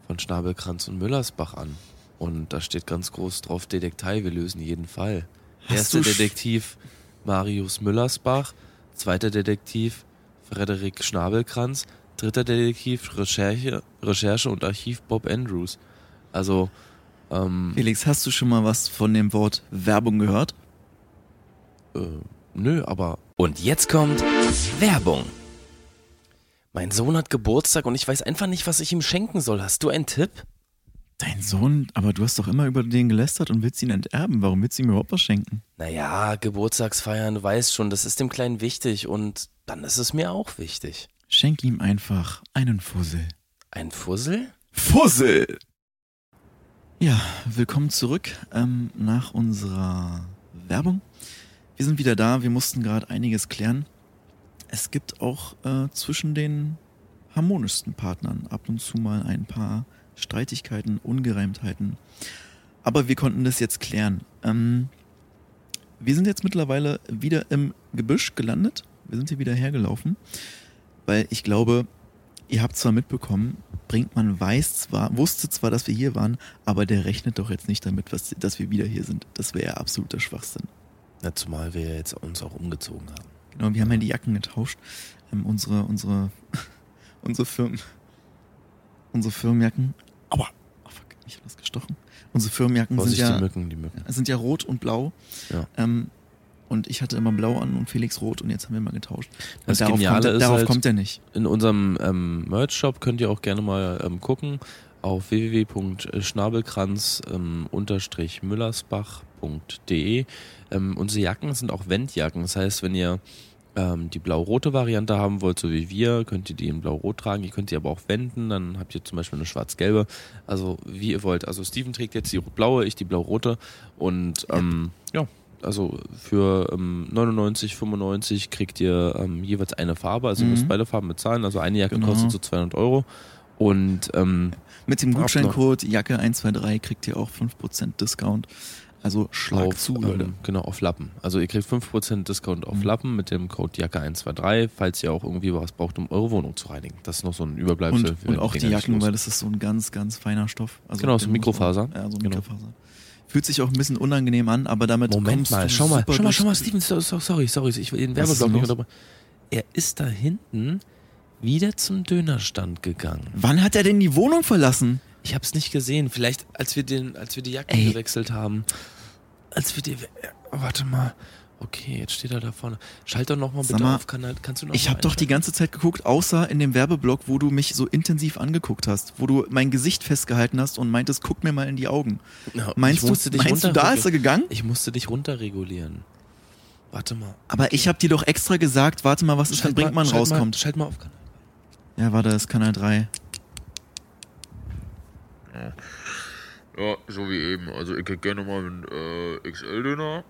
S3: von Schnabelkranz und Müllersbach an. Und da steht ganz groß drauf Detektei, wir lösen jeden Fall.
S2: Hast
S3: Erster
S2: du sch-
S3: Detektiv Marius Müllersbach, zweiter Detektiv Frederik Schnabelkranz, dritter Detektiv Recherche, Recherche und Archiv Bob Andrews. Also, ähm,
S2: Felix, hast du schon mal was von dem Wort Werbung gehört?
S3: äh, nö, aber
S1: Und jetzt kommt Werbung.
S3: mein Sohn hat Geburtstag und ich weiß einfach nicht, was ich ihm schenken soll. Hast du einen Tipp?
S2: Dein Sohn, aber du hast doch immer über den gelästert und willst ihn enterben. Warum willst du ihm überhaupt was schenken?
S3: Naja, Geburtstagsfeiern, du weißt schon, das ist dem Kleinen wichtig und dann ist es mir auch wichtig.
S2: Schenk ihm einfach einen Fussel.
S3: Ein Fussel?
S2: Fussel! Ja, willkommen zurück ähm, nach unserer Werbung. Wir sind wieder da, wir mussten gerade einiges klären. Es gibt auch äh, zwischen den harmonischsten Partnern ab und zu mal ein paar Streitigkeiten, Ungereimtheiten. Aber wir konnten das jetzt klären. Ähm, wir sind jetzt mittlerweile wieder im Gebüsch gelandet. Wir sind hier wieder hergelaufen, weil ich glaube, ihr habt zwar mitbekommen, Brinkmann weiß zwar, wusste zwar, dass wir hier waren, aber der rechnet doch jetzt nicht damit, was, dass wir wieder hier sind. Das wäre ja absoluter Schwachsinn.
S3: Na, zumal wir jetzt uns auch umgezogen haben.
S2: Genau, wir haben ja die Jacken getauscht. Ähm, unsere, unsere, unsere Firmen, unsere Firmenjacken. Aua! Oh fuck, mich hat das gestochen. Unsere Firmenjacken sind
S3: Vorsicht,
S2: ja,
S3: die Mücken, die Mücken.
S2: sind ja rot und blau.
S3: Ja.
S2: Ähm, und ich hatte immer blau an und Felix rot und jetzt haben wir mal getauscht. Und
S3: Das
S2: darauf,
S3: Geniale
S2: kommt, er-
S3: ist
S2: darauf
S3: halt-
S2: kommt er nicht.
S3: In unserem ähm, Merch-Shop könnt ihr auch gerne mal ähm, gucken auf ähm, www.schnabelkranz-müllersbach.de. Ähm, unsere Jacken sind auch Wendjacken. Das heißt, wenn ihr ähm, die blau-rote Variante haben wollt, so wie wir, könnt ihr die in blau-rot tragen. Ihr könnt die aber auch wenden. Dann habt ihr zum Beispiel eine schwarz-gelbe. Also wie ihr wollt. Also Steven trägt jetzt die blaue, ich die blau-rote. Und ähm, ja, also für ähm, 99, 95 kriegt ihr ähm, jeweils eine Farbe. Also ihr
S2: Mhm.
S3: müsst beide Farben bezahlen. Also eine Jacke
S2: Genau.
S3: kostet so 200 Euro. Und ähm,
S2: Mit dem
S3: Ab noch.
S2: Gutscheincode Jacke123 kriegt ihr auch 5% Discount. Also schlag
S3: auf,
S2: zu,
S3: ähm,
S2: Leute.
S3: Genau, auf Lappen. Also ihr kriegt 5% Discount auf
S2: Mhm.
S3: Lappen mit dem Code Jacke123, falls ihr auch irgendwie was braucht, um eure Wohnung zu reinigen. Das ist noch so ein Überbleibsel.
S2: und,
S3: Wir
S2: und
S3: werden
S2: auch die
S3: Dinger nicht
S2: Jacken,
S3: los.
S2: weil das ist so ein ganz, ganz feiner Stoff. Also
S3: Genau, so
S2: den muss
S3: Mikrofaser.
S2: man- Ja, so
S3: Genau.
S2: Mikrofaser. Fühlt sich auch ein bisschen unangenehm an, aber damit
S3: Moment
S2: kommst
S3: mal,
S2: du
S3: schau mal,
S2: super
S3: schau mal,
S2: durch-
S3: schau mal, Steven, so- so- sorry, sorry, ich will den
S2: Was ist
S3: Werbeblock nicht
S2: denn
S3: unterbrechen. Er ist da hinten wieder zum Dönerstand gegangen.
S2: Wann hat er denn die Wohnung verlassen?
S3: Ich hab's nicht gesehen, vielleicht als wir den, als wir die Jacken
S2: Ey.
S3: gewechselt haben. Als wir die, oh, warte mal. Okay, jetzt steht er da vorne. Schalt doch nochmal
S2: Sag
S3: bitte
S2: mal,
S3: auf, kann, kannst du noch
S2: Ich
S3: mal
S2: habe doch die ganze Zeit geguckt, außer in dem Werbeblock, wo du mich so intensiv angeguckt hast, wo du mein Gesicht festgehalten hast und meintest, guck mir mal in die Augen.
S3: Na,
S2: Meinst,
S3: ich musste
S2: du,
S3: dich
S2: meinst du, da ist er
S3: runterregulieren.
S2: gegangen?
S3: Ich musste dich runterregulieren. Warte mal.
S2: Aber ich habe dir doch extra gesagt, warte mal, was ist, wenn
S3: Schalt mal-
S2: Brinkmann
S3: schalt Mal,
S2: rauskommt.
S3: schalt mal auf Kanal.
S2: Ja, warte, das ist Kanal 3.
S7: Ja, so wie eben. Also ich hätte gerne mal einen äh, XL-Döner.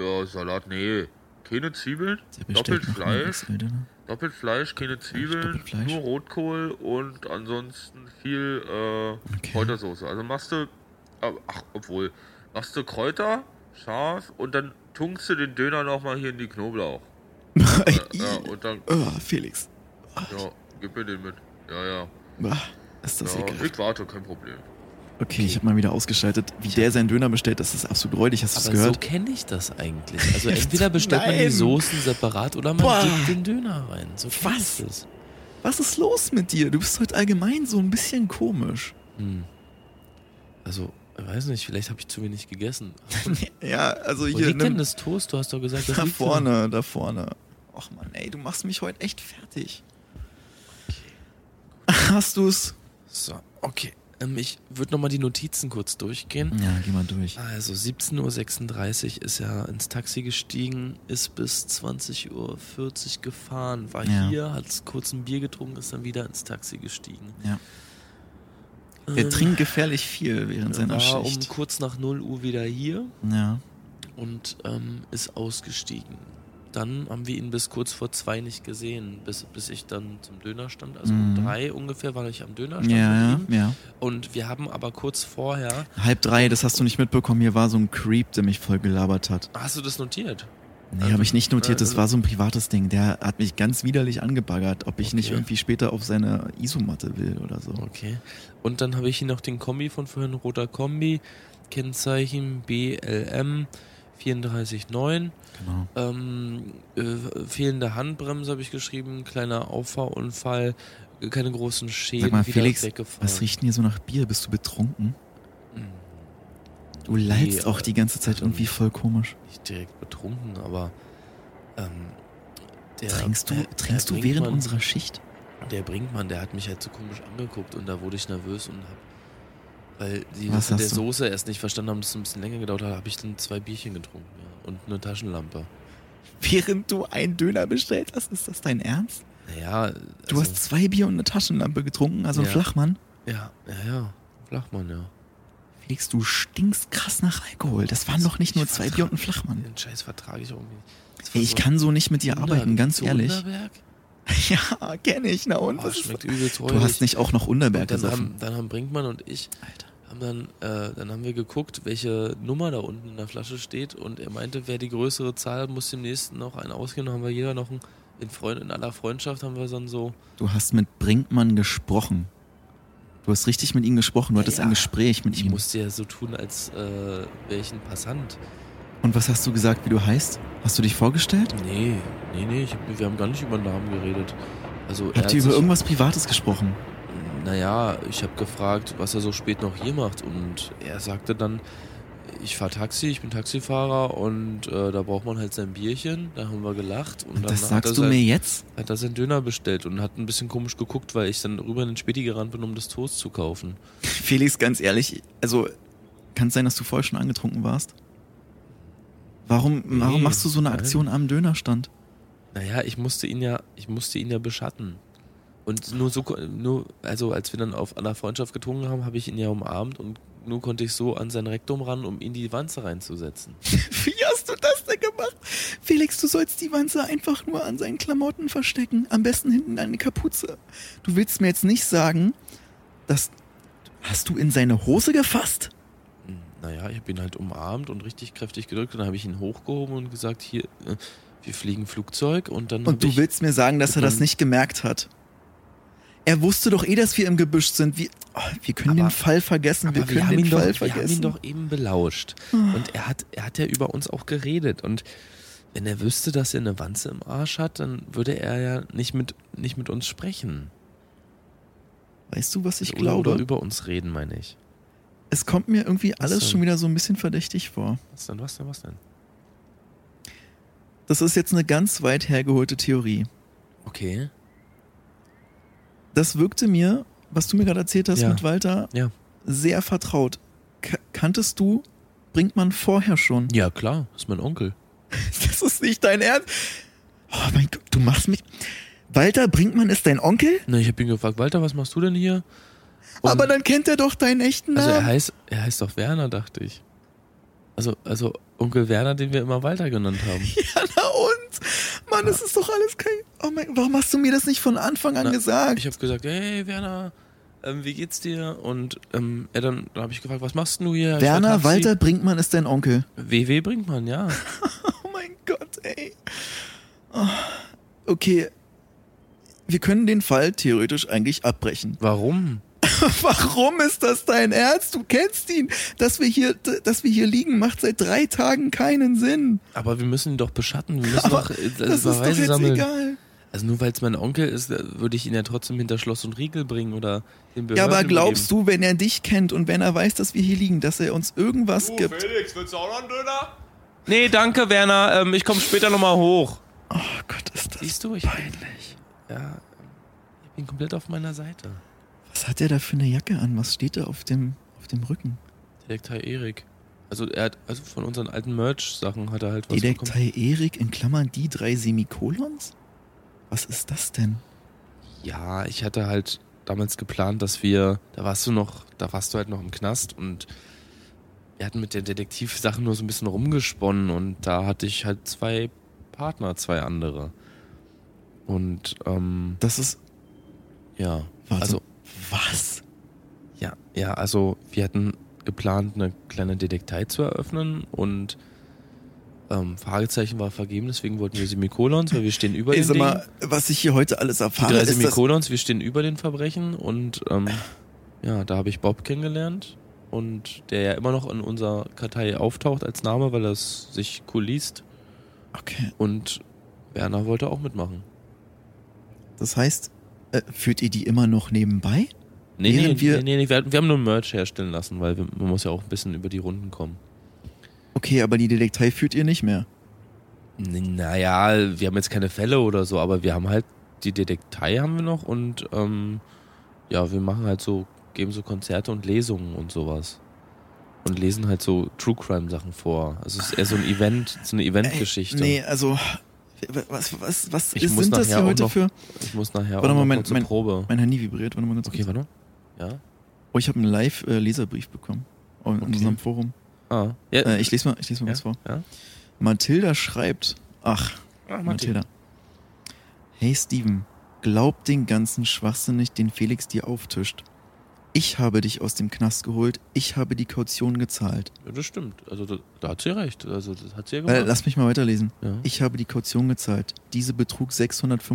S7: Ja, Salat, nee. Keine Zwiebeln,
S2: Der
S7: doppelt
S2: noch mal
S7: Fleisch,
S2: XL, ne?
S7: Doppelfleisch, keine Zwiebeln,
S2: Doppelfleisch.
S7: nur Rotkohl und ansonsten viel äh,
S2: Okay.
S7: Kräutersoße. Also machst du, äh, ach, obwohl, machst du Kräuter, scharf und dann tunkst du den Döner nochmal hier in die Knoblauch.
S2: Äh,
S7: Ja, und dann,
S2: oh, Felix.
S7: ja, gib mir den mit. Ja, ja.
S2: Ah, ist das
S7: ja
S2: ekelhaft.
S7: ich warte, kein Problem.
S2: Okay, ich habe mal wieder ausgeschaltet. Wie der seinen Döner bestellt, das ist absolut räudig. Hast du das
S3: Aber so
S2: gehört?
S3: kenne ich das eigentlich. Also entweder bestellt man die
S2: Nein.
S3: Soßen separat oder man
S2: Boah.
S3: gibt den Döner rein. So kenn ich
S2: Was?
S3: das.
S2: Was ist los mit dir? Du bist heute allgemein so ein bisschen komisch.
S3: Hm. Also, ich weiß nicht, vielleicht habe ich zu wenig gegessen.
S2: Ja, also
S3: Wo
S2: hier
S3: liegt denn
S2: nimm,
S3: das Toast? Du hast doch gesagt, das
S2: da
S3: liegt
S2: vorne, da vorne. Och Mann, ey, du machst mich heute echt fertig. Hast du's?
S3: So, okay. Ähm, ich würde nochmal die Notizen kurz durchgehen.
S2: Ja, geh mal durch.
S3: Also 17.36 Uhr ist er ins Taxi gestiegen, ist bis 20.40 Uhr gefahren, war
S2: Ja.
S3: hier, hat kurz ein Bier getrunken, ist dann wieder ins Taxi gestiegen.
S2: Ja.
S3: Ähm,
S2: Er trinkt gefährlich viel während seiner
S3: war um
S2: Schicht.
S3: kurz nach 0 Uhr wieder hier
S2: Ja.
S3: und ähm, ist ausgestiegen. Dann haben wir ihn bis kurz vor zwei nicht gesehen, bis, bis ich dann zum Döner stand. Also um
S2: Mhm.
S3: drei ungefähr war ich am Döner stand
S2: Ja,
S3: mit
S2: ja,
S3: ihm.
S2: ja.
S3: Und wir haben aber kurz vorher,
S2: Halb drei, das hast du nicht mitbekommen. Hier war so ein Creep, der mich voll gelabert hat.
S3: hast du das notiert?
S2: Nee,
S3: Also,
S2: habe ich nicht notiert. Das
S3: äh,
S2: war so ein privates Ding. Der hat mich ganz widerlich angebaggert, ob ich nicht
S3: Okay. Oh,
S2: irgendwie später auf seine Isomatte will oder so.
S3: Okay. Und dann habe ich hier noch den Kombi von vorhin, roter Kombi, Kennzeichen BLM 349,
S2: Genau.
S3: ähm, äh, fehlende Handbremse habe ich geschrieben, kleiner Auffahrunfall, äh, keine großen Schäden,
S2: Sag mal,
S3: wieder
S2: Felix,
S3: weggefahren.
S2: Was riecht denn hier so nach Bier? Bist du betrunken? Du leidst
S3: Mm. Nee, ähm,
S2: auch die ganze Zeit irgendwie voll komisch.
S3: Nicht direkt betrunken, aber ähm, der,
S2: trinkst du,
S3: der-
S2: trinkst
S3: der
S2: du während
S3: Brinkmann-
S2: unserer Schicht?
S3: Der Brinkmann, der hat mich halt so komisch angeguckt und da wurde ich nervös und hab, weil die
S2: Was
S3: das mit der
S2: hast du?
S3: Soße erst nicht verstanden haben, dass es ein bisschen länger gedauert hat, habe ich dann zwei Bierchen getrunken ja, und eine Taschenlampe.
S2: Während du einen Döner bestellt hast, ist das dein Ernst?
S3: Naja,
S2: Du hast zwei Bier und eine Taschenlampe getrunken, also ein
S3: Also Ja.
S2: Flachmann.
S3: ja, ja, ja, Flachmann, ja.
S2: Felix, du stinkst krass nach Alkohol. Das waren doch nicht nur zwei Bier und ein Flachmann.
S3: Den Scheiß vertrage ich irgendwie. nicht.
S2: Ey, ich kann so nicht mit dir arbeiten, ganz ehrlich.
S3: Unterberg?
S2: Ja, kenne ich. Na und?
S3: Oh,
S2: was
S3: das
S2: ist
S3: schmeckt übelst
S2: Du hast nicht auch noch Unterberg
S3: und dann
S2: gesoffen.
S3: haben, dann haben Brinkmann und ich haben dann, äh, dann haben wir geguckt, welche Nummer da unten in der Flasche steht und er meinte, wer die größere Zahl hat, muss dem nächsten noch einen ausgehen. Dann haben wir jeder noch einen in, Freund, in aller Freundschaft haben wir dann so.
S2: Du hast mit Brinkmann gesprochen. Du hast richtig mit ihm gesprochen. Du hattest
S3: Ja,
S2: ein
S3: ja.
S2: Gespräch mit
S3: Ich
S2: ihm.
S3: musste ja so tun, als äh, wäre ich ein Passant.
S2: Und was hast du gesagt, wie du heißt? Hast du dich vorgestellt?
S3: Nee, nee, nee, ich hab, wir haben gar nicht über Namen geredet. Also er
S2: Habt
S3: hat
S2: ihr über
S3: sich-
S2: irgendwas Privates gesprochen?
S3: Naja, ich habe gefragt, was er so spät noch hier macht und er sagte dann, ich fahre Taxi, ich bin Taxifahrer und äh, da braucht man halt sein Bierchen. Da haben wir gelacht und dann
S2: Das
S3: hat, er
S2: sagst du
S3: sein,
S2: mir jetzt?
S3: hat er seinen Döner bestellt und hat ein bisschen komisch geguckt, weil ich dann rüber in den Späti gerannt bin, um das Toast zu kaufen.
S2: Felix, ganz ehrlich, also kann es sein, dass du vorher schon angetrunken warst? Warum, warum
S3: Nee,
S2: machst du so eine
S3: nein.
S2: Aktion am Dönerstand?
S3: Naja, ich musste ihn ja, ich musste ihn ja beschatten. Und nur so, ko- nur, also als wir dann auf aller Freundschaft getrunken haben, habe ich ihn ja umarmt und nur konnte ich so an sein Rektum ran, um ihn die Wanze reinzusetzen.
S2: Wie hast du das denn gemacht? Felix, du sollst die Wanze einfach nur an seinen Klamotten verstecken. Am besten hinten eine Kapuze. Du willst mir jetzt nicht sagen, dass. Hast du in seine Hose gefasst?
S3: Hm, Naja, ich habe ihn halt umarmt und richtig kräftig gedrückt und dann habe ich ihn hochgehoben und gesagt, hier, äh, wir fliegen Flugzeug und dann hab
S2: Und du
S3: ich,
S2: willst mir sagen, dass er das
S3: dann-
S2: nicht gemerkt hat? Er wusste doch eh, dass wir im Gebüsch sind. Wir, oh, wir können
S3: Aber-
S2: den Fall vergessen. Wir
S3: aber wir
S2: können
S3: haben
S2: den
S3: ihn doch,
S2: Fall
S3: wir haben ihn
S2: vergessen.
S3: doch eben belauscht und er hat, er hat ja über uns auch geredet und wenn er wüsste, dass er eine Wanze im Arsch hat, dann würde er ja nicht mit, nicht mit uns sprechen.
S2: Weißt du, was ich
S3: Oder- Oder
S2: glaube?
S3: über uns reden, meine ich.
S2: Es kommt mir irgendwie
S3: Was
S2: alles
S3: denn?
S2: schon wieder so ein bisschen verdächtig vor.
S3: Was denn, was denn, was denn?
S2: Das ist jetzt eine ganz weit hergeholte Theorie.
S3: Okay.
S2: das wirkte mir, was du mir gerade erzählt hast
S3: Ja.
S2: mit Walter,
S3: Ja.
S2: sehr vertraut. K kanntest du Brinkmann vorher schon?
S3: Ja, klar, ist mein Onkel.
S2: Das ist nicht dein Ernst. Oh mein Gott, du machst mich. Walter Brinkmann ist dein Onkel?
S3: Na, ich habe ihn gefragt, Walter, was machst du denn hier? Und-
S2: Aber dann kennt er doch deinen echten
S3: Also er
S2: Namen.
S3: heißt, er heißt doch Werner, dachte ich. Also, also Onkel Werner, den wir immer Walter genannt haben.
S2: Also, und? Mann, das ist doch alles kein. Oh mein, warum hast du mir das nicht von Anfang an
S3: Na,
S2: gesagt?
S3: Ich habe gesagt, hey Werner, ähm, wie geht's dir? Und ähm, er dann, dann habe ich gefragt, was machst denn du hier? Ich war
S2: Werner
S3: Taxi.
S2: Walter Brinkmann ist dein Onkel.
S3: WW bringt man, ja.
S2: Oh mein Gott, ey. Oh, okay. Wir können den Fall theoretisch eigentlich abbrechen.
S3: Warum?
S2: Warum ist das dein Ernst? Du kennst ihn. Dass wir hier, dass wir hier liegen, macht seit drei Tagen keinen Sinn.
S3: Aber wir müssen ihn doch beschatten. Wir müssen
S2: Aber
S3: doch äh,
S2: Das ist doch
S3: Beweise
S2: jetzt
S3: sammeln.
S2: egal.
S3: Also nur weil es mein Onkel ist, äh, würde ich ihn ja trotzdem hinter Schloss und Riegel bringen oder den Behörden
S2: Ja, aber
S3: übergeben.
S2: glaubst du, wenn er dich kennt und wenn er weiß, dass wir hier liegen, dass er uns irgendwas
S4: Du,
S2: gibt?
S4: Felix, willst du auch noch einen Döner?
S3: Nee, danke, Werner. Ähm, ich komme später nochmal hoch.
S2: Oh Gott, ist das.
S3: Siehst du, ich peinlich. Ja, ähm, ich bin komplett auf meiner Seite.
S2: Was hat er da für eine Jacke an? Was steht da auf dem, auf dem Rücken?
S3: Detektei Erik. Also er hat, also von unseren alten Merch-Sachen hat er halt was bekommen.
S2: Detektei Erik in Klammern die drei Semikolons? Was ist das denn?
S3: Ja, ich hatte halt damals geplant, dass wir, da warst du noch, da warst du halt noch im Knast und wir hatten mit der Detektivsache nur so ein bisschen rumgesponnen und da hatte ich halt zwei Partner, zwei andere. Und ähm,
S2: Das ist.
S3: ja,
S2: Warte.
S3: also
S2: Was?
S3: Ja, ja, also wir hatten geplant, eine kleine Detektei zu eröffnen und ähm, Fragezeichen war vergeben, deswegen wollten wir Semikolons, weil wir stehen über
S2: Ey,
S3: den
S2: sag
S3: Dingen.
S2: mal, was ich hier heute alles
S3: die
S2: erfahre,
S3: drei
S2: ist das.
S3: Semikolons, wir stehen über den Verbrechen und ähm, ja, da habe ich Bob kennengelernt und der ja immer noch in unserer Kartei auftaucht als Name, weil er es sich cool liest
S2: Okay,
S3: und Werner wollte auch mitmachen.
S2: das heißt, äh, führt ihr die immer noch nebenbei?
S3: Nee, nee,
S2: Während wir-
S3: nee, nee, nee wir, hatten- wir haben nur Merch herstellen lassen, weil wir, man muss ja auch ein bisschen über die Runden kommen.
S2: Okay, aber die Detektei führt ihr nicht mehr.
S3: N- Naja, wir haben jetzt keine Fälle oder so, aber wir haben halt die Detektei haben wir noch und ähm, ja, wir machen halt so, geben so Konzerte und Lesungen und sowas. Und lesen halt so True Crime Sachen vor. Also es ist eher so ein Event, so eine
S2: Ey,
S3: Eventgeschichte.
S2: Nee, also. w- Was, was, was
S3: Ich
S2: ist,
S3: muss
S2: sind das
S3: nachher
S2: hier
S3: auch
S2: heute
S3: noch-
S2: für.
S3: Ich muss nachher
S2: Warte
S3: auch
S2: mal,
S3: noch
S2: mein-
S3: kurz zur
S2: mein-
S3: Probe.
S2: Mein Handy vibriert, warte mal ganz
S3: Okay,
S2: kurz.
S3: warte. Ja.
S2: Oh, ich habe einen Live-Leserbrief bekommen. Oh, in
S3: Okay.
S2: unserem Forum.
S3: Ah. Ja.
S2: Äh, ich lese mal, ich lese mal
S3: Ja,
S2: was vor.
S3: ja.
S2: Mathilda schreibt. Ach,
S3: Ah, Martin.
S2: Mathilda. Hey Steven, glaub den ganzen Schwachsinn nicht, den Felix dir auftischt. Ich habe dich aus dem Knast geholt, ich habe die Kaution gezahlt.
S3: Ja, das stimmt. Also da, da hat sie recht. Also das hat sie ja
S2: Äh,
S3: gemacht.
S2: lass mich mal weiterlesen.
S3: ja.
S2: Ich habe die Kaution gezahlt. Diese betrug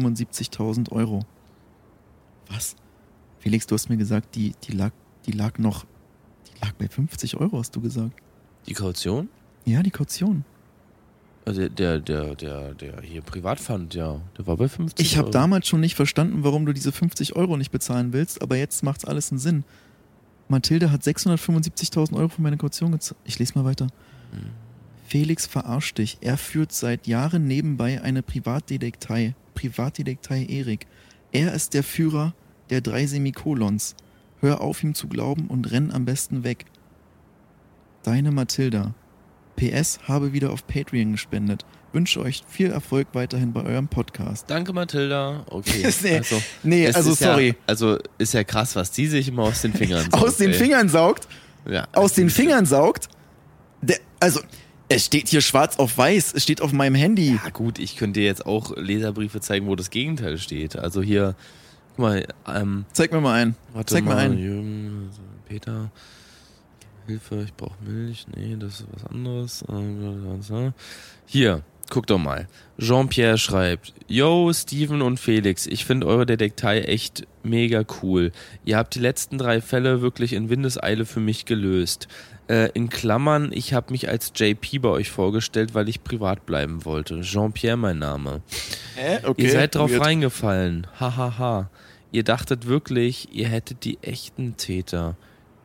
S2: 675.000 Euro. Was? Felix, du hast mir gesagt, die, die, lag, die lag noch. Die lag bei 50 Euro, hast du gesagt.
S3: Die Kaution?
S2: Ja, die Kaution.
S3: Also der, der, der, der hier Privatfund, ja. Der war bei 50.
S2: Ich habe
S3: Euro.
S2: damals schon nicht verstanden, warum du diese 50 Euro nicht bezahlen willst, aber jetzt macht's alles einen Sinn. Mathilde hat 675.000 Euro für meine Kaution gezahlt. Ich lese mal weiter. Felix verarscht dich. Er führt seit Jahren nebenbei eine Privatdetektei. Privatdetektei Erik. Er ist der Führer der drei Semikolons. Hör auf, ihm zu glauben und renn am besten weg. Deine Mathilda. PS habe wieder auf Patreon gespendet. Wünsche euch viel Erfolg weiterhin bei eurem Podcast.
S3: Danke, Mathilda. Okay.
S2: Nee.
S3: Also,
S2: Nee,
S3: es
S2: also
S3: ist ja-
S2: sorry.
S3: also ist ja krass, was die sich immer aus den Fingern saugt,
S2: aus den
S3: ey.
S2: Fingern saugt,
S3: Ja.
S2: aus den Fingern saugt. Der, also, es steht hier schwarz auf weiß, es steht auf meinem Handy.
S3: Ja, gut, ich könnte dir jetzt auch Leserbriefe zeigen, wo das Gegenteil steht. Also hier, guck mal, ähm,
S2: Zeig mir mal ein.
S3: warte
S2: Zeig
S3: mal,
S2: mal einen.
S3: Jürgen, also Peter, Hilfe, ich brauche Milch. Nee, das ist was anderes. Äh, Ähm, Hier, guck doch mal. Jean-Pierre schreibt, Yo, Steven und Felix, ich finde eure Detektei echt mega cool. Ihr habt die letzten drei Fälle wirklich in Windeseile für mich gelöst. Äh, in Klammern, ich habe mich als JP bei euch vorgestellt, weil ich privat bleiben wollte. Jean-Pierre mein Name.
S2: okay,
S3: ihr seid drauf
S2: weird.
S3: reingefallen. Hahaha. Ha, ha. Ihr dachtet wirklich, ihr hättet die echten Täter.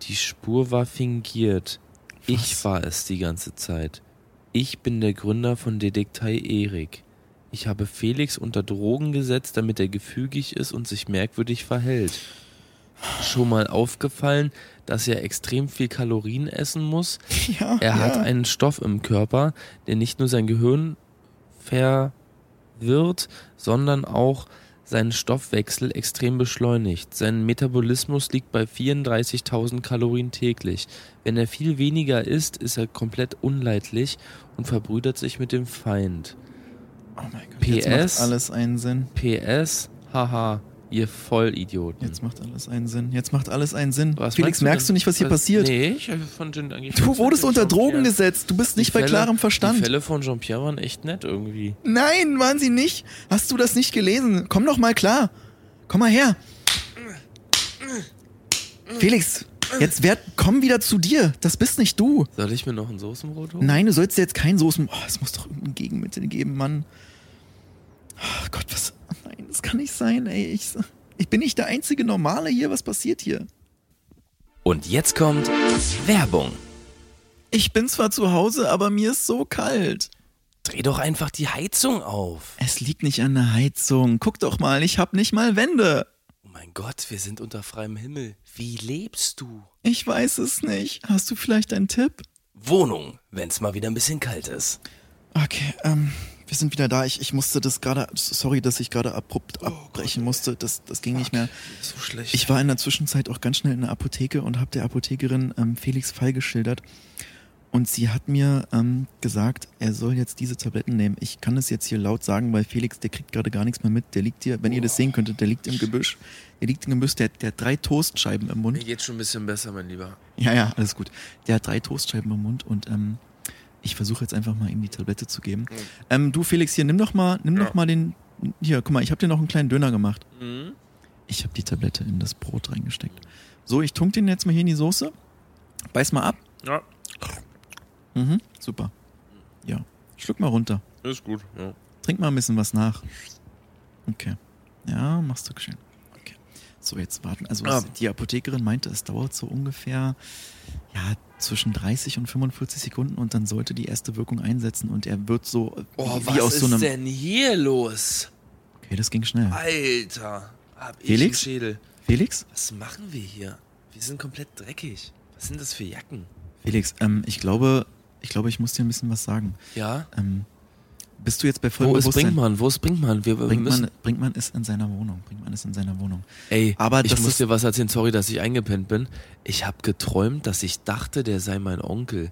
S3: Die Spur war fingiert. Ich war es die ganze Zeit. Ich bin der Gründer von Detektei Erik. Ich habe Felix unter Drogen gesetzt, damit er gefügig ist und sich merkwürdig verhält. Schon mal aufgefallen, dass er extrem viel Kalorien essen muss,
S2: Ja,
S3: er hat
S2: ja.
S3: einen Stoff im Körper, der nicht nur sein Gehirn verwirrt, sondern auch seinen Stoffwechsel extrem beschleunigt. Sein Metabolismus liegt bei 34.000 Kalorien täglich. Wenn er viel weniger isst, ist er komplett unleidlich und verbrüdert sich mit dem Feind.
S2: Oh mein Gott. Jetzt macht
S3: PS.
S2: alles einen Sinn.
S3: PS, haha, ihr Vollidioten.
S2: Jetzt macht alles einen Sinn. Jetzt macht alles einen Sinn.
S3: Was
S2: Felix,
S3: meinst
S2: merkst du
S3: denn?
S2: nicht, was hier
S3: Was-
S2: passiert?
S3: Nee, ich fand den eigentlich.
S2: Du wurdest unter Drogen
S3: gesetzt.
S2: gesetzt. Du bist
S3: Die
S2: nicht bei
S3: Fälle-
S2: klarem
S3: Die
S2: Verstand.
S3: Fälle von Jean-Pierre waren echt nett irgendwie.
S2: Nein, waren sie nicht. Hast du das nicht gelesen? Komm doch mal klar. Komm mal her. Felix, jetzt werd, komm wieder zu dir. Das bist nicht du.
S3: Soll ich mir noch ein Soßenbrot holen?
S2: Nein, du sollst dir jetzt kein Soßen. Oh, es muss doch irgendein Gegenmittel geben, Mann. Ach Gott, was. oh Nein, das kann nicht sein, ey. Ich, ich bin nicht der einzige Normale hier. Was passiert hier?
S1: Und jetzt kommt Werbung.
S2: Ich bin zwar zu Hause, aber mir ist so kalt.
S1: Dreh doch einfach die Heizung auf.
S2: Es liegt nicht an der Heizung. Guck doch mal, ich hab nicht mal Wände.
S1: Oh mein Gott, wir sind unter freiem Himmel. Wie lebst du?
S2: Ich weiß es nicht. Hast du vielleicht einen Tipp?
S1: Wohnung, wenn's mal wieder ein bisschen kalt ist.
S2: Okay, ähm, wir sind wieder da. Ich, ich musste das gerade. Sorry, dass ich gerade abrupt abbrechen musste. Das, das ging nicht mehr.
S3: So schlecht.
S2: Ich war in der Zwischenzeit auch ganz schnell in der Apotheke und habe der Apothekerin ähm, Felix Fall geschildert. Und sie hat mir ähm, gesagt, er soll jetzt diese Tabletten nehmen. Ich kann es jetzt hier laut sagen, weil Felix, der kriegt gerade gar nichts mehr mit. Der liegt hier, wenn ihr das sehen könntet, der liegt im Gebüsch. Der liegt im Gebüsch, der, der hat drei Toastscheiben im Mund.
S3: Mir geht's schon ein bisschen besser, mein Lieber.
S2: Ja, ja, alles gut. Der hat drei Toastscheiben im Mund und ähm, ich versuche jetzt einfach mal ihm die Tablette zu geben. Ähm, du, Felix, hier, nimm doch mal, nimm
S7: Mhm. Ja.
S2: doch mal den. Hier, guck mal, ich habe dir noch einen kleinen Döner gemacht.
S7: Mhm.
S2: Ich habe die Tablette in das Brot reingesteckt. So, ich tunk den jetzt mal hier in die Soße. Beiß mal ab.
S7: Ja,
S2: Mhm, super. Ja, schluck mal runter.
S7: ist gut. Ja.
S2: Trink mal ein bisschen was nach. Okay. Ja, machst du schön. Okay. So, jetzt warten. Also
S7: Ah.
S2: die Apothekerin meinte, es dauert so ungefähr ja, zwischen 30 und 45 Sekunden und dann sollte die erste Wirkung einsetzen und er wird so äh,
S3: Oh,
S2: wie
S3: was
S2: aus
S3: ist
S2: so einem.
S3: denn Ah. hier los?
S2: Okay, das ging schnell.
S3: Alter, hab ich
S2: Felix?
S3: einen Schädel.
S2: Felix?
S3: Was machen wir hier? Wir sind komplett dreckig. Was sind das für Jacken?
S2: Felix, ähm, ich glaube, ich glaube, ich muss dir ein bisschen was sagen.
S3: Ja?
S2: Ähm, bist du jetzt bei vollem
S3: Wo ist
S2: Bewusstsein?
S3: Brinkmann? Wo ist Brinkmann? Wir, wir müssen.
S2: Brinkmann, Brinkmann ist in seiner Wohnung. Brinkmann ist in seiner Wohnung.
S3: Ey,
S2: Aber
S3: ich
S2: das
S3: muss
S2: ist-
S3: dir was erzählen. Sorry, dass ich eingepennt bin. Ich habe geträumt, dass ich dachte, der sei mein Onkel.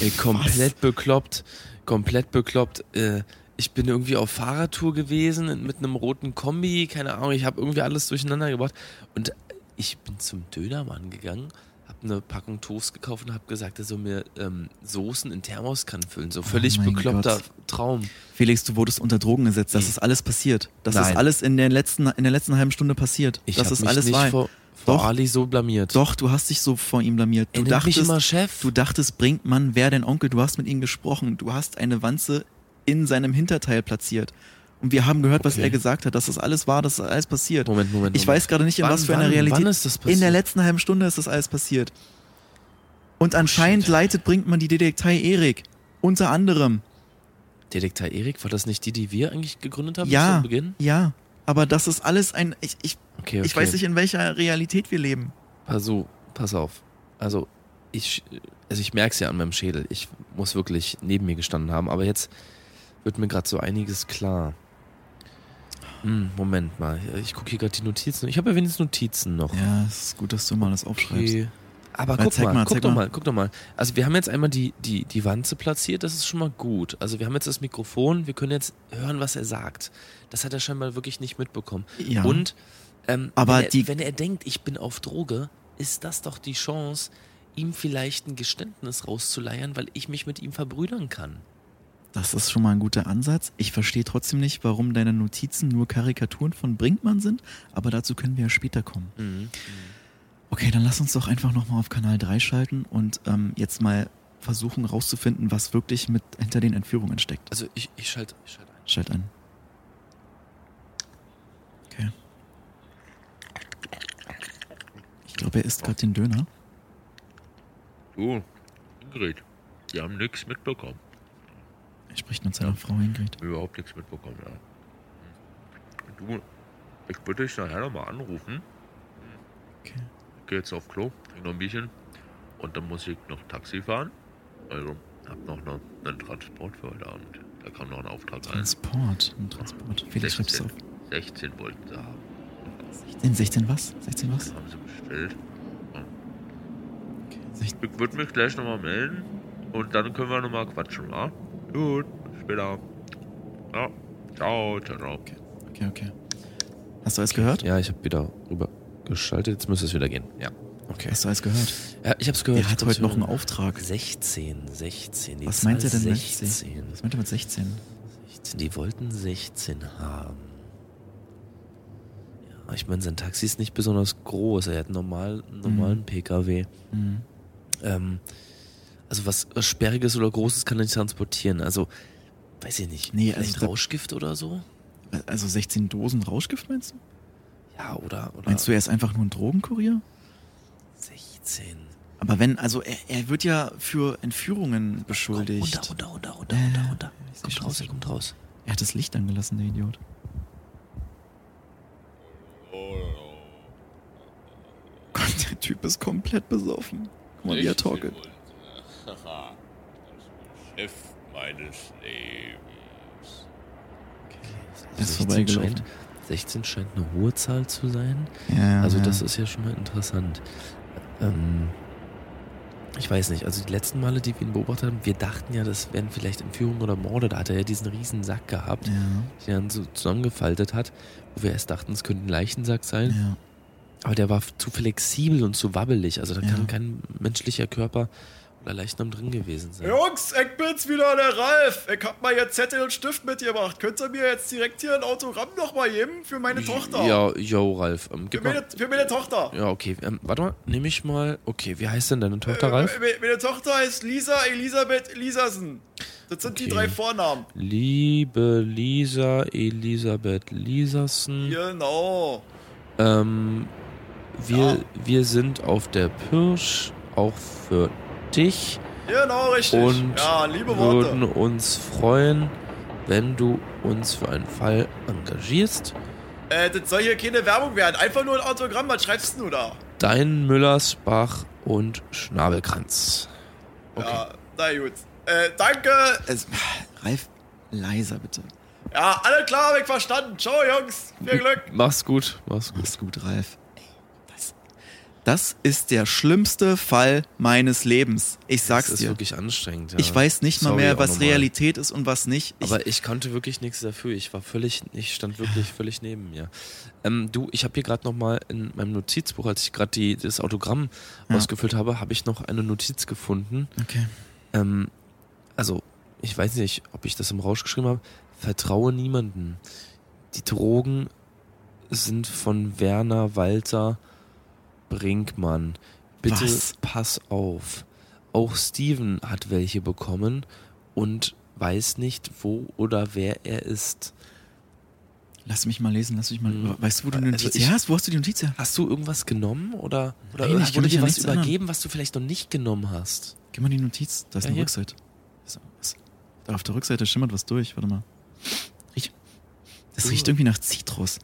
S3: Ey, komplett bekloppt. Komplett bekloppt. Äh, ich bin irgendwie auf Fahrradtour gewesen mit einem roten Kombi. Keine Ahnung, ich habe irgendwie alles durcheinander gebracht. Und ich bin zum Dönermann gegangen, habe eine Packung Toast gekauft und habe gesagt, er soll mir ähm, Soßen in Thermoskannen füllen. So völlig
S2: Oh mein
S3: bekloppter
S2: Gott.
S3: Traum.
S2: Felix, du wurdest unter Drogen gesetzt. Das
S3: Nee.
S2: ist alles passiert. Das
S3: Hm. Nein.
S2: ist alles in der letzten, in der letzten halben Stunde passiert.
S3: Ich
S2: das
S3: habe
S2: ist
S3: mich
S2: alles
S3: nicht
S2: wahr.
S3: vor, vor
S2: Doch.
S3: Ali so blamiert.
S2: Doch, du hast dich so vor ihm blamiert.
S3: Er
S2: Du
S3: nennt mich
S2: dachtest,
S3: immer Chef.
S2: du dachtest, Brinkmann wäre dein Onkel. Du hast mit ihm gesprochen. Du hast eine Wanze in seinem Hinterteil platziert. Und wir haben gehört, was
S3: Okay.
S2: er gesagt hat. Das ist alles wahr. Das ist alles passiert.
S3: Moment, Moment, Moment.
S2: Ich weiß gerade nicht, in
S3: Wann-
S2: was für einer
S3: wann-
S2: Realität.
S3: wann ist das
S2: In der
S3: passiert?
S2: letzten halben Stunde ist das alles passiert. Und
S3: Oh,
S2: anscheinend leitet Brinkmann die Detektei Erik. Unter anderem.
S3: Detektor Erik, war das nicht die, die wir eigentlich gegründet haben
S2: Ja.
S3: zu Beginn?
S2: Ja. Aber das ist alles ein. Ich, ich,
S3: Okay, okay.
S2: ich weiß nicht, in welcher Realität wir leben.
S3: Pass, so, pass auf. Also, ich, also ich merke es ja an meinem Schädel. Ich muss wirklich neben mir gestanden haben, aber jetzt wird mir gerade so einiges klar. Hm, Moment mal, ich gucke hier gerade die Notizen. Ich habe ja wenigstens Notizen noch.
S2: Ja, es ist gut, dass du mal das aufschreibst.
S3: Okay. Aber
S2: Na,
S3: guck
S2: zeig
S3: mal,
S2: mal,
S3: guck
S2: zeig
S3: doch mal.
S2: mal.
S3: guck doch mal. Also wir haben jetzt einmal die, die, die Wanze platziert, das ist schon mal gut. Also wir haben jetzt das Mikrofon, wir können jetzt hören, was er sagt. Das hat er scheinbar wirklich nicht mitbekommen.
S2: Ja.
S3: Und ähm,
S2: Aber
S3: wenn, er,
S2: die-
S3: wenn er denkt, ich bin auf Droge, ist das doch die Chance, ihm vielleicht ein Geständnis rauszuleiern, weil ich mich mit ihm verbrüdern kann.
S2: Das ist schon mal ein guter Ansatz. Ich verstehe trotzdem nicht, warum deine Notizen nur Karikaturen von Brinkmann sind, aber dazu können wir ja später kommen. Okay, dann lass uns doch einfach nochmal auf Kanal 3 schalten und ähm, jetzt mal versuchen rauszufinden, was wirklich mit hinter den Entführungen steckt.
S3: Also ich, ich schalte ich schalt ein.
S2: Schalt an. Okay. Ich glaube, er isst gerade den Döner.
S7: Du, Ingrid, die haben nichts mitbekommen.
S2: Er spricht mit seiner Frau Ingrid.
S7: Überhaupt nichts mitbekommen, ja. Du, ich würde dich nachher nochmal anrufen.
S2: Okay.
S7: Ich gehe jetzt auf Klo, trink noch ein Bierchen. Und dann muss ich noch Taxi fahren. Also, hab noch ne- einen Transport für heute Abend. Da kam noch ein Auftrag rein.
S2: Transport. Ein Transport. Felix, schreibst es auf.
S7: 16 wollten sie haben.
S2: Den 16 was? 16 was?
S7: Das haben sie bestellt.
S2: Okay. 16.
S7: Ich würde mich gleich nochmal melden. Und dann können wir nochmal quatschen, wa? Gut, bis später. Ja, Ciao, ciao, ciao.
S2: Okay, okay. Hast du alles gehört?
S3: Ja, ich habe wieder rüber geschaltet. Jetzt müsste es wieder gehen. Ja. Okay.
S2: Hast du alles gehört?
S3: Ja, ich hab's gehört.
S2: Er hat
S3: Ich
S2: heute noch einen
S3: hab's
S2: Auftrag.
S3: 16, 16. Die
S2: Was meint
S3: Zahl
S2: ihr denn mit
S3: 16?
S2: Was meint er mit 16?
S3: 16? Die wollten 16 haben. Ja, ich meine, sein Taxi ist nicht besonders groß. Er hat einen normal, einen normalen PKW.
S2: Mhm.
S3: Ähm, also was, was Sperriges oder Großes kann er nicht transportieren. Also, weiß ich nicht.
S2: Nee,
S3: vielleicht
S2: also da-
S3: Rauschgift oder so?
S2: Also 16 Dosen Rauschgift meinst du?
S3: Ja, oder, oder
S2: Meinst du, er ist einfach nur ein Drogenkurier?
S3: 16.
S2: Aber wenn, also er, er wird ja für Entführungen beschuldigt.
S3: Runter, runter, runter, runter,
S2: Äh,
S3: runter, runter.
S2: ich seh
S3: Kommt
S2: schon,
S3: raus,
S2: ich seh
S3: er
S2: schon.
S3: kommt raus.
S2: Er hat das Licht angelassen, der Idiot. Gott, der Typ ist komplett besoffen. Guck mal, wie er torkelt.
S4: Haha. Das Chef meines Lebens.
S2: Er ist
S3: 16
S2: vorbeigelaufen.
S3: scheint, 16 scheint eine hohe Zahl zu sein.
S2: Ja,
S3: Also
S2: ja.
S3: das ist ja schon mal interessant. Ähm, ich weiß nicht, also die letzten Male, die wir ihn beobachtet haben, wir dachten ja, das wären vielleicht Entführungen oder Morde. Da hat er ja diesen riesen Sack gehabt,
S2: Ja,
S3: den er dann so zusammengefaltet hat, wo wir erst dachten, es könnte ein Leichensack sein.
S2: ja.
S3: Aber der war zu flexibel und zu wabbelig. Also da
S2: Ja.
S3: kann kein menschlicher Körper oder Leichnam drin gewesen sein.
S4: Jungs, ich bin's wieder, der Ralf. Ich hab mal jetzt Zettel und Stift mitgebracht. Könnt ihr mir jetzt direkt hier ein Autogramm nochmal geben für meine Tochter?
S3: Ja, yo, Ralf. Ähm,
S4: Für
S3: gib
S4: meine,
S3: mal.
S4: für meine Tochter.
S3: Ja, okay. Ähm, warte mal, nehme ich mal. Okay, wie heißt denn deine Tochter,
S4: Äh,
S3: Ralf?
S4: me- Meine Tochter heißt Lisa Elisabeth Elisassen. Das sind die
S3: Okay.
S4: drei Vornamen.
S3: Liebe Lisa Elisabeth Lisassen.
S4: Genau.
S3: Ähm, wir,
S4: Ja.
S3: wir sind auf der Pirsch, auch für dich.
S4: Genau, richtig.
S3: Und
S4: ja, liebe
S3: würden
S4: Worte.
S3: uns freuen, wenn du uns für einen Fall engagierst.
S4: Äh, das soll hier keine Werbung werden. Einfach nur ein Autogramm. Was schreibst du da?
S3: Dein Müllersbach und Schnabelkranz.
S4: Ja, na gut. Äh, danke.
S2: Es, Ralf, leiser bitte.
S4: Ja, alles klar, hab ich verstanden. Ciao, Jungs. Viel Glück.
S3: Mach's gut, mach's gut.
S2: Mach's gut, Ralf. Ey, das, das ist der schlimmste Fall meines Lebens. Ich sag's
S3: das ist
S2: dir.
S3: wirklich anstrengend. Ja.
S2: Ich weiß nicht mal
S3: Sorry,
S2: mehr,
S3: auch
S2: was
S3: nochmal.
S2: Realität ist und was nicht. Ich,
S3: Aber ich konnte wirklich nichts dafür. Ich war völlig, ich stand wirklich völlig neben mir. Ähm, du, ich habe hier gerade noch mal in meinem Notizbuch, als ich gerade das Autogramm
S2: Ja.
S3: ausgefüllt habe, habe ich noch eine Notiz gefunden.
S2: okay.
S3: Ähm, also, ich weiß nicht, ob ich das im Rausch geschrieben habe. Vertraue niemanden. Die Drogen sind von Werner Walter Brinkmann. Bitte
S2: Was?
S3: pass auf. Auch Steven hat welche bekommen und weiß nicht, wo oder wer er ist.
S2: Lass mich mal lesen, lass mich mal.
S3: Mhm.
S2: Weißt du, wo du die
S3: Also
S2: Notiz
S3: ich-
S2: her hast? Wo hast du die Notiz her?
S3: Hast du irgendwas genommen oder, oder
S2: Nein, ich kann
S3: wurde
S2: mich
S3: dir
S2: an
S3: was
S2: nichts erinnern.
S3: übergeben, was du vielleicht noch nicht genommen hast?
S2: Gib mal die Notiz. Da ist
S3: Ja,
S2: eine
S3: hier.
S2: Rückseite. Ist- ist- Da auf der Rückseite schimmert was durch. Warte mal. Riech. Das
S3: Uh.
S2: riecht irgendwie nach Zitrus.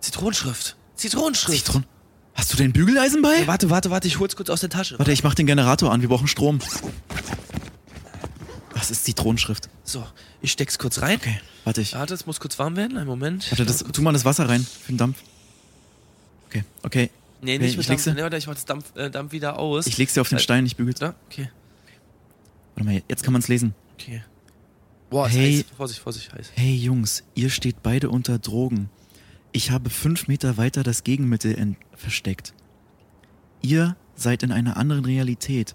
S3: Zitronenschrift. Zitronenschrift.
S2: Zitron. Hast du den Bügeleisen bei?
S3: Ja, warte, warte, warte, ich hol's kurz aus der Tasche.
S2: Warte, ich mach den Generator an. Wir brauchen Strom. Das ist Zitronenschrift.
S3: So, ich steck's kurz rein.
S2: Okay, warte ich.
S3: Ja, das muss kurz warm werden. Einen Moment.
S2: Warte, das, tu mal das Wasser rein für den Dampf. Okay, okay.
S3: nee, nicht
S2: ich
S3: mit
S2: leg's
S3: Dampf.
S2: dir-
S3: Nee, warte, ich mach das Dampf, äh, Dampf wieder aus.
S2: Ich leg's dir auf den
S3: Äh,
S2: Stein, ich bügel's.
S3: Da? Okay,
S2: Warte mal, jetzt kann man's lesen.
S3: okay. Boah, ist
S2: Hey.
S3: heiß. Vorsicht, Vorsicht, heiß.
S2: Hey Jungs, ihr steht beide unter Drogen. Ich habe fünf Meter weiter das Gegenmittel ent- versteckt. Ihr seid in einer anderen Realität.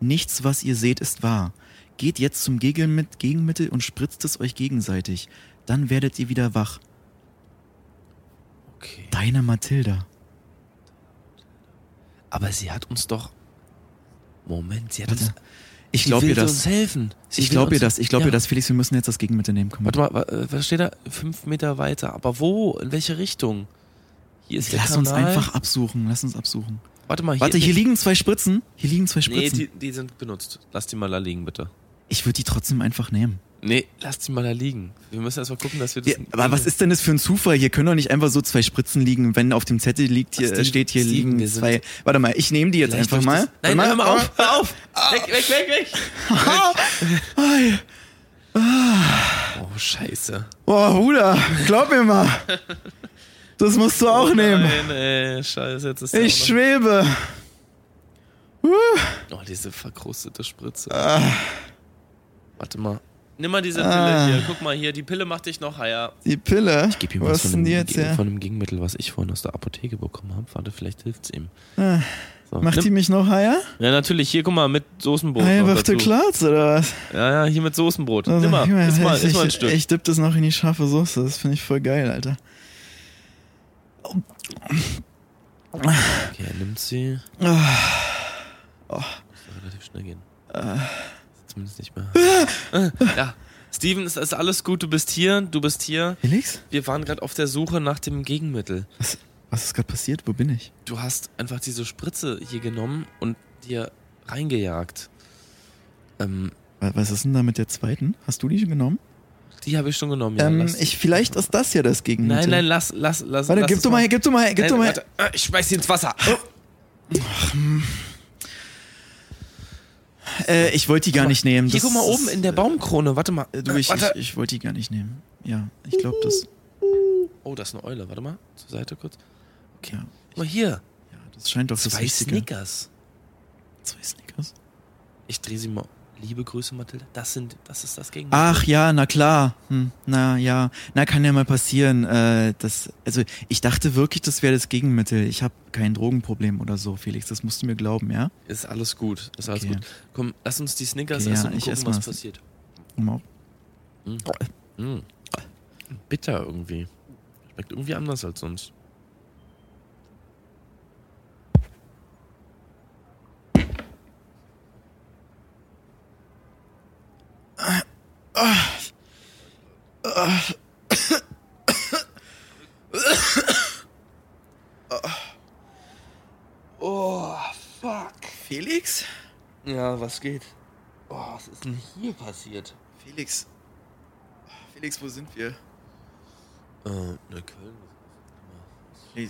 S2: Nichts, was ihr seht, ist wahr. Geht jetzt zum Gegenmit- Gegenmittel und spritzt es euch gegenseitig. Dann werdet ihr wieder wach.
S3: Okay.
S2: Deine Mathilda.
S3: Aber sie hat uns doch. Moment, sie hat
S2: Warte.
S3: uns.
S2: Ich
S3: sie
S2: glaube
S3: will
S2: ihr
S3: uns
S2: das.
S3: helfen. Sie
S2: Ich
S3: will
S2: glaube ihr
S3: uns-
S2: das. Ich glaube
S3: Ja.
S2: ihr das. Felix, wir müssen jetzt das Gegenmittel nehmen. Komm.
S3: Warte mal, wa- äh, was steht da? Fünf Meter weiter. Aber wo? In welche Richtung? Hier ist der
S2: Lass
S3: Kanal.
S2: uns einfach absuchen. Lass uns absuchen.
S3: Warte mal, hier.
S2: Warte, hier liegen zwei Spritzen. Hier liegen zwei
S3: Nee,
S2: Spritzen.
S3: die, die sind benutzt. Lass die mal da liegen, bitte.
S2: ich würde die trotzdem einfach nehmen.
S3: Nee, lass die mal da liegen. Wir müssen erst mal gucken, dass wir das.
S2: Ja, aber was ist denn das für ein Zufall? Hier können doch nicht einfach so zwei Spritzen liegen, wenn auf dem Zettel liegt, hier
S3: Ach, Steven,
S2: steht, hier
S3: Steven, wir
S2: liegen
S3: sind-
S2: zwei. Warte mal, ich nehme die jetzt
S3: Vielleicht
S2: einfach
S3: durch
S2: mal.
S3: das- Nein,
S2: Warte
S3: hör mal auf,
S2: hör auf.
S3: Weg, weg, weg, weg!
S2: Ei.
S3: Oh, scheiße.
S2: Boah, Oh, Bruder, glaub mir mal. Das musst du auch nehmen.
S3: Oh Nein, ey, scheiße, jetzt ist der
S2: Ich
S3: auch noch-
S2: schwebe.
S3: Oh, diese verkrustete Spritze. Warte mal. Nimm mal diese
S2: Ah.
S3: Pille hier. Guck mal hier, die Pille macht dich noch higher.
S2: Die Pille?
S8: Ich gebe ihm
S2: Was
S8: was, von,
S2: denn
S8: einem,
S2: jetzt,
S8: Ge-
S2: ja?
S8: von einem Gegenmittel, was ich vorhin aus der Apotheke bekommen habe. Warte, vielleicht hilft's ihm.
S2: Ah,
S8: So,
S2: Macht die Ah,
S8: nimm-
S2: mich noch higher?
S3: Ja, natürlich. Hier, guck mal, mit Soßenbrot. noch
S2: Heilwachte
S3: dazu.
S2: Klatz oder was?
S3: Ja, ja, hier mit Soßenbrot.
S2: Also,
S3: Nimm mal,
S2: guck mal,
S3: iss mal,
S2: ich,
S3: iss mal ein
S2: ich,
S3: Stück.
S2: ich dipp das noch in die scharfe Soße. Das finde ich voll geil, Alter.
S8: Okay, er nimmt sie.
S2: Ah,
S3: Oh.
S8: Soll relativ schnell gehen.
S2: Ah.
S8: Ist Zumindest nicht mehr. ja.
S3: Ah. Steven, es ist alles gut. Du bist hier. Du bist hier.
S2: Felix?
S3: Wir waren gerade auf der Suche nach dem Gegenmittel.
S2: Was ist gerade passiert? Wo bin ich?
S3: Du hast einfach diese Spritze hier genommen und dir reingejagt. Ähm,
S2: Wa- Was ist denn da mit der zweiten? Hast du die schon genommen?
S3: die habe ich schon genommen. Ja,
S2: ähm,
S3: lass-
S2: ich, vielleicht ist das ja das Gegenmittel.
S3: nein, nein, lass, lass, lass.
S2: Warte,
S3: lass
S2: gib
S3: es
S2: du mal her, gib du mal her, gib
S3: Nein,
S2: du mal Ähm, her.
S3: warte. Ah, Ich schmeiß sie ins Wasser. Oh.
S2: Äh, ich wollte die gar nicht nehmen.
S3: Hier,
S2: Das
S3: guck mal
S2: ist-
S3: oben in der Baumkrone. Warte mal.
S2: Äh, du, ich,
S3: warte.
S2: ich, ich wollte die gar nicht nehmen. Ja, ich glaube das.
S3: Oh, das ist eine Eule. Warte mal. Zur Seite kurz.
S2: Okay. Ja,
S3: Guck mal hier.
S2: ja, das scheint doch das
S3: Zwei
S2: Richtige.
S3: Snickers.
S2: Zwei Snickers.
S3: Ich drehe sie mal. Liebe Grüße, Mathilde. Das sind, das ist das Gegenmittel.
S2: Ach ja, na klar. Hm, na ja, na kann ja mal passieren. Äh, das, also ich dachte wirklich, das wäre das Gegenmittel. Ich habe kein Drogenproblem oder so, Felix. Das musst du mir glauben, ja?
S3: Ist alles gut. Ist alles
S2: Ah. Okay.
S3: gut. Komm, lass uns die Snickers
S2: Okay,
S3: essen
S2: ja,
S3: und
S2: ich
S3: gucken,
S2: ess mal
S3: was
S2: was.
S3: passiert.
S2: Guck mal.
S3: Mm. Bitter irgendwie. Schmeckt irgendwie anders als sonst.
S9: Oh, fuck.
S2: Felix?
S9: Ja, was geht? Oh, was ist denn hier passiert?
S2: Felix. Felix, wo sind wir?
S3: Äh, ne, Köln.
S2: Wir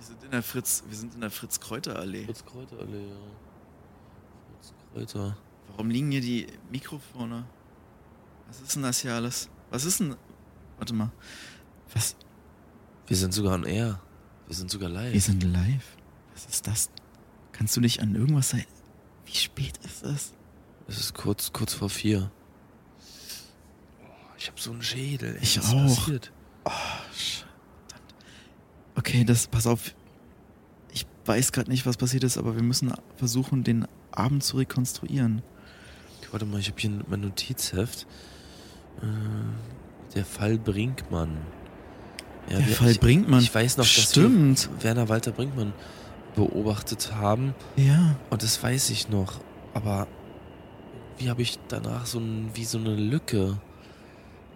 S2: sind in der Fritz, wir sind in der Fritz Kräuter Allee.
S3: Fritz Kräuter, alle, ja. Fritz Kräuter.
S2: Warum liegen hier die Mikrofone? Was ist denn das hier alles? Was ist denn Warte mal. Was?
S3: Wir sind sogar on air. Wir sind sogar live.
S2: Wir sind live. Was ist das? Kannst du dich an irgendwas erinnern? Wie spät ist es?
S3: es ist kurz, kurz vor vier. Oh, ich habe so einen Schädel.
S2: Ich
S3: Was ist
S2: auch.
S3: Passiert?
S2: Okay, das, pass auf. Ich weiß gerade nicht, was passiert ist, aber wir müssen versuchen, den Abend zu rekonstruieren.
S3: Okay, warte mal, ich habe hier mein Notizheft. Äh, der Fall Brinkmann. Ja,
S2: Der
S3: wir-
S2: Fall
S3: ich,
S2: Brinkmann.
S3: ich weiß noch, dass wir
S2: Stimmt.
S3: Werner Walter Brinkmann beobachtet haben.
S2: Ja.
S3: Und das weiß ich noch. Aber wie habe ich danach so ein, wie so eine Lücke?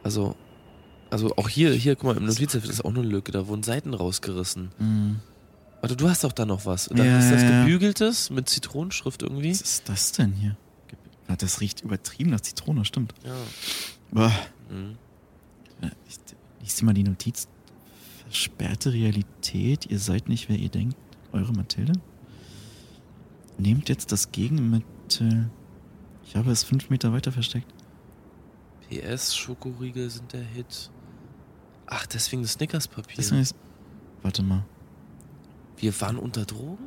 S3: Also, also auch hier, hier, guck mal, im Notizheft ist auch eine Lücke. Da wurden Seiten rausgerissen.
S2: Hm.
S3: Warte, du hast doch da noch was. Dann
S2: Ja,
S3: ist das
S2: ja, ja.
S3: gebügeltes mit Zitronenschrift irgendwie.
S2: Was ist das denn hier? Na, das riecht übertrieben nach Zitrone, stimmt.
S3: Ja.
S2: Boah.
S3: Mhm.
S2: Ja, Ich, ich sehe mal die Notiz. Versperrte Realität, ihr seid nicht, wer ihr denkt. Eure Mathilde? Nehmt jetzt das Gegenmittel. Ich habe es fünf Meter weiter versteckt.
S3: PS, Schokoriegel sind der Hit. Ach, deswegen das Snickers-Papier.
S2: Das heißt, warte mal.
S3: Wir waren unter Drogen?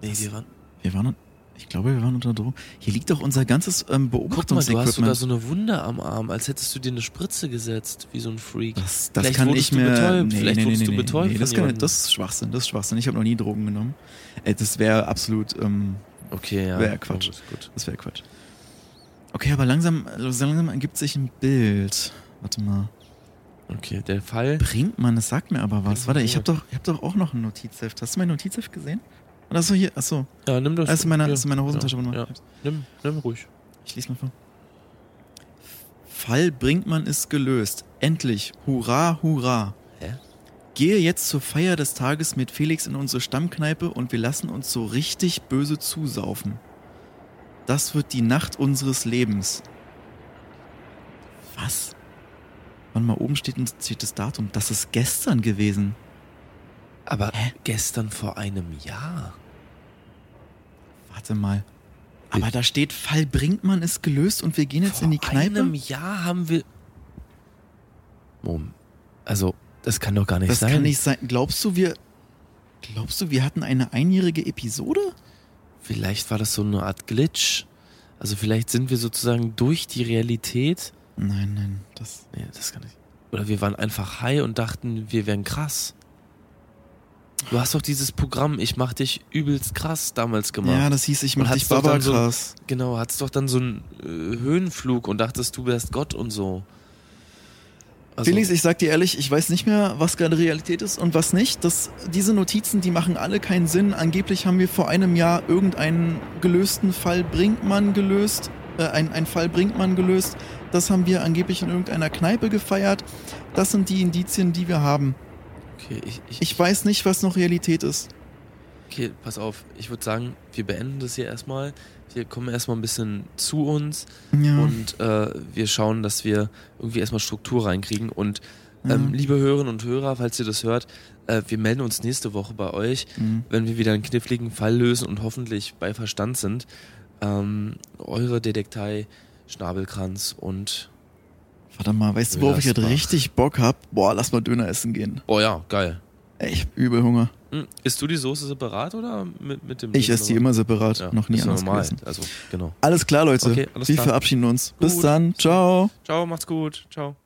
S3: Nee,
S2: Das-
S3: wir waren.
S2: Wir waren, ich glaube, wir waren unter Drogen. Hier liegt doch unser ganzes ähm,
S3: Guck mal, du hast
S2: Beobachtungsequipment.
S3: sogar so eine Wunde am Arm, als hättest du dir eine Spritze gesetzt, wie so ein Freak.
S2: das, das
S3: Vielleicht
S2: kann
S3: wurdest
S2: ich
S3: du
S2: mir.
S3: betäubt, vielleicht wurdest du betäubt
S2: Nee,
S3: von
S2: das, kann,
S3: jemandem.
S2: das ist Schwachsinn, das ist Schwachsinn. Ich habe noch nie Drogen genommen. Ey, das wäre absolut, ähm,
S3: Okay, ja.
S2: Wär Quatsch.
S3: Oh, ist gut.
S2: Das wäre Quatsch. Okay, aber langsam, so langsam ergibt sich ein Bild. Warte mal.
S3: Okay, der Fall.
S2: Bringt man, das sagt mir aber was.
S3: Bringt
S2: Warte,
S3: man
S2: ich habe doch, ich hab doch auch noch ein Notizheft. Hast du mein Notizheft gesehen? Oder so hier, achso,
S3: Ja, nimm das.
S2: das ist in meiner,
S3: ja,
S2: das ist in meiner Hosentasche.
S3: Ja,
S2: Warte mal.
S3: ja. Nimm, nimm ruhig.
S2: Ich lese mal vor. Fall Brinkmann ist gelöst. Endlich. Hurra, hurra.
S3: Hä?
S2: Gehe jetzt zur Feier des Tages mit Felix in unsere Stammkneipe und wir lassen uns so richtig böse zusaufen. Das wird die Nacht unseres Lebens. Was? Wann mal oben steht, steht das Datum. Das ist gestern gewesen.
S3: Aber gestern vor einem Jahr.
S2: Warte mal. Aber da steht, Fall Brinkmann ist gelöst und wir gehen jetzt in die Kneipe.
S3: einem Jahr haben wir. Moment. Also, das kann doch gar nicht
S2: Das
S3: sein.
S2: kann nicht sein. Glaubst du, wir. Glaubst du, wir hatten eine einjährige Episode?
S3: Vielleicht war das so eine Art Glitch. Also vielleicht sind wir sozusagen durch die Realität.
S2: Nein, nein, das.
S3: Nee, das kann ich. Oder wir waren einfach high und dachten, wir wären krass. Du hast doch dieses Programm Ich mach dich übelst krass damals gemacht.
S2: Ja, das hieß, ich
S3: Man
S2: mach dich
S3: hat's doch dann
S2: Baba
S3: so-
S2: krass.
S3: Genau, hattest doch dann so einen äh, Höhenflug und dachtest, du wärst Gott und so. Also,
S2: Felix, ich sag dir ehrlich, ich weiß nicht mehr, was gerade Realität ist und was nicht. Das, diese Notizen, die machen alle keinen Sinn. Angeblich haben wir vor einem Jahr irgendeinen gelösten Fall Brinkmann gelöst. Äh, ein, ein Fall Brinkmann gelöst. Das haben wir angeblich in irgendeiner Kneipe gefeiert. Das sind die Indizien, die wir haben.
S3: okay, ich, ich,
S2: Ich weiß nicht, was noch Realität ist.
S3: Okay, pass auf. Ich würde sagen, wir beenden das hier erstmal. Wir kommen erstmal ein bisschen zu uns
S2: Ja.
S3: und äh, wir schauen, dass wir irgendwie erstmal Struktur reinkriegen. Und
S2: ja.
S3: ähm, liebe Hörerinnen und Hörer, falls ihr das hört, äh, wir melden uns nächste Woche bei euch,
S2: Mhm.
S3: wenn wir wieder einen kniffligen Fall lösen und hoffentlich bei Verstand sind. Ähm, eure Detektei Schnabelkranz und
S2: Warte mal, weißt du, worauf ich jetzt
S3: Müllersbach.
S2: richtig Bock hab? Boah, lass mal Döner essen gehen.
S3: oh ja, geil.
S2: Ey, ich hab übel Hunger.
S3: Hm, isst du die Soße separat oder mit, mit dem?
S2: Ich esse die immer separat,
S3: Ja,
S2: noch nie
S3: ist ja
S2: anders
S3: normal.
S2: gegessen.
S3: Also genau.
S2: Alles klar, Leute.
S3: Okay, alles
S2: wir
S3: klar.
S2: verabschieden uns. Bis
S3: Gut.
S2: dann. Ciao.
S3: Ciao, macht's gut. Ciao.